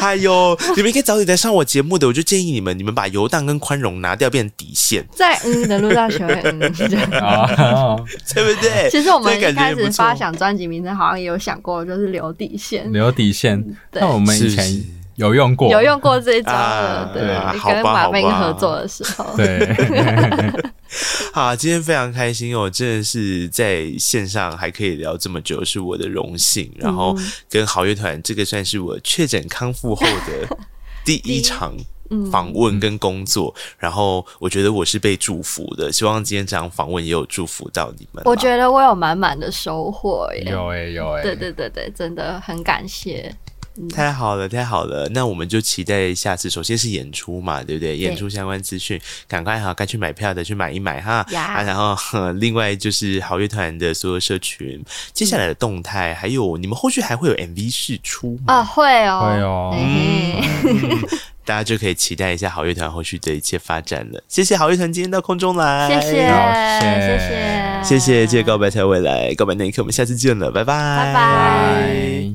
[SPEAKER 3] 哎呦，你们可以早点来上我节目的，我就建议你们，你们把游荡跟宽容拿掉，变成底线，
[SPEAKER 1] 在嗯的路上学会嗯。对
[SPEAKER 2] 哦，
[SPEAKER 3] 对不 [LAUGHS] 对？
[SPEAKER 1] 其实我们
[SPEAKER 3] 这
[SPEAKER 1] 一
[SPEAKER 3] 感觉
[SPEAKER 1] 开
[SPEAKER 3] 也不
[SPEAKER 1] 始
[SPEAKER 3] 错
[SPEAKER 1] 发想专辑名称，好像也有想过，就是留底线，
[SPEAKER 2] 留底线，
[SPEAKER 1] 嗯对
[SPEAKER 2] 那我们以前
[SPEAKER 3] 是是
[SPEAKER 2] 有用过，
[SPEAKER 1] 有用过这一招
[SPEAKER 3] 啊
[SPEAKER 1] 的，对，
[SPEAKER 3] 啊好吧
[SPEAKER 1] 跟马妹
[SPEAKER 3] 好吧
[SPEAKER 1] 合作的时候，[LAUGHS]
[SPEAKER 2] [LAUGHS] 对，啊
[SPEAKER 3] 好，今天非常开心哦，真的是在线上还可以聊这么久，是我的荣幸。然后跟好乐团，这个算是我确诊康复后的第一场。访问跟工作，然后我觉得我是被祝福的，希望今天这场访问也有祝福到你们啦。
[SPEAKER 1] 我觉得我有满满的收获耶。
[SPEAKER 2] 有哎有哎，
[SPEAKER 1] 对对对对，真的很感谢。
[SPEAKER 3] 太好了，太好了！那我们就期待下次，首先是演出嘛，对不对？演出相关资讯，赶快哈，该去买票的去买一买哈。
[SPEAKER 1] 呀
[SPEAKER 3] 啊，然后呵另外就是好乐团的所有社群，接下来的动态，还有你们后续还会有 MV 试出吗？嗯
[SPEAKER 1] 啊，会哦，
[SPEAKER 2] 会哦
[SPEAKER 1] 嘿嘿
[SPEAKER 3] [LAUGHS] 大家就可以期待一下好乐团后续的一切发展了。谢谢好乐团今天到空中来，
[SPEAKER 1] 谢谢
[SPEAKER 2] 好
[SPEAKER 1] 谢谢
[SPEAKER 3] 谢谢，谢谢告白才有未来，告白那一刻，我们下次见了，拜拜，
[SPEAKER 1] 拜拜。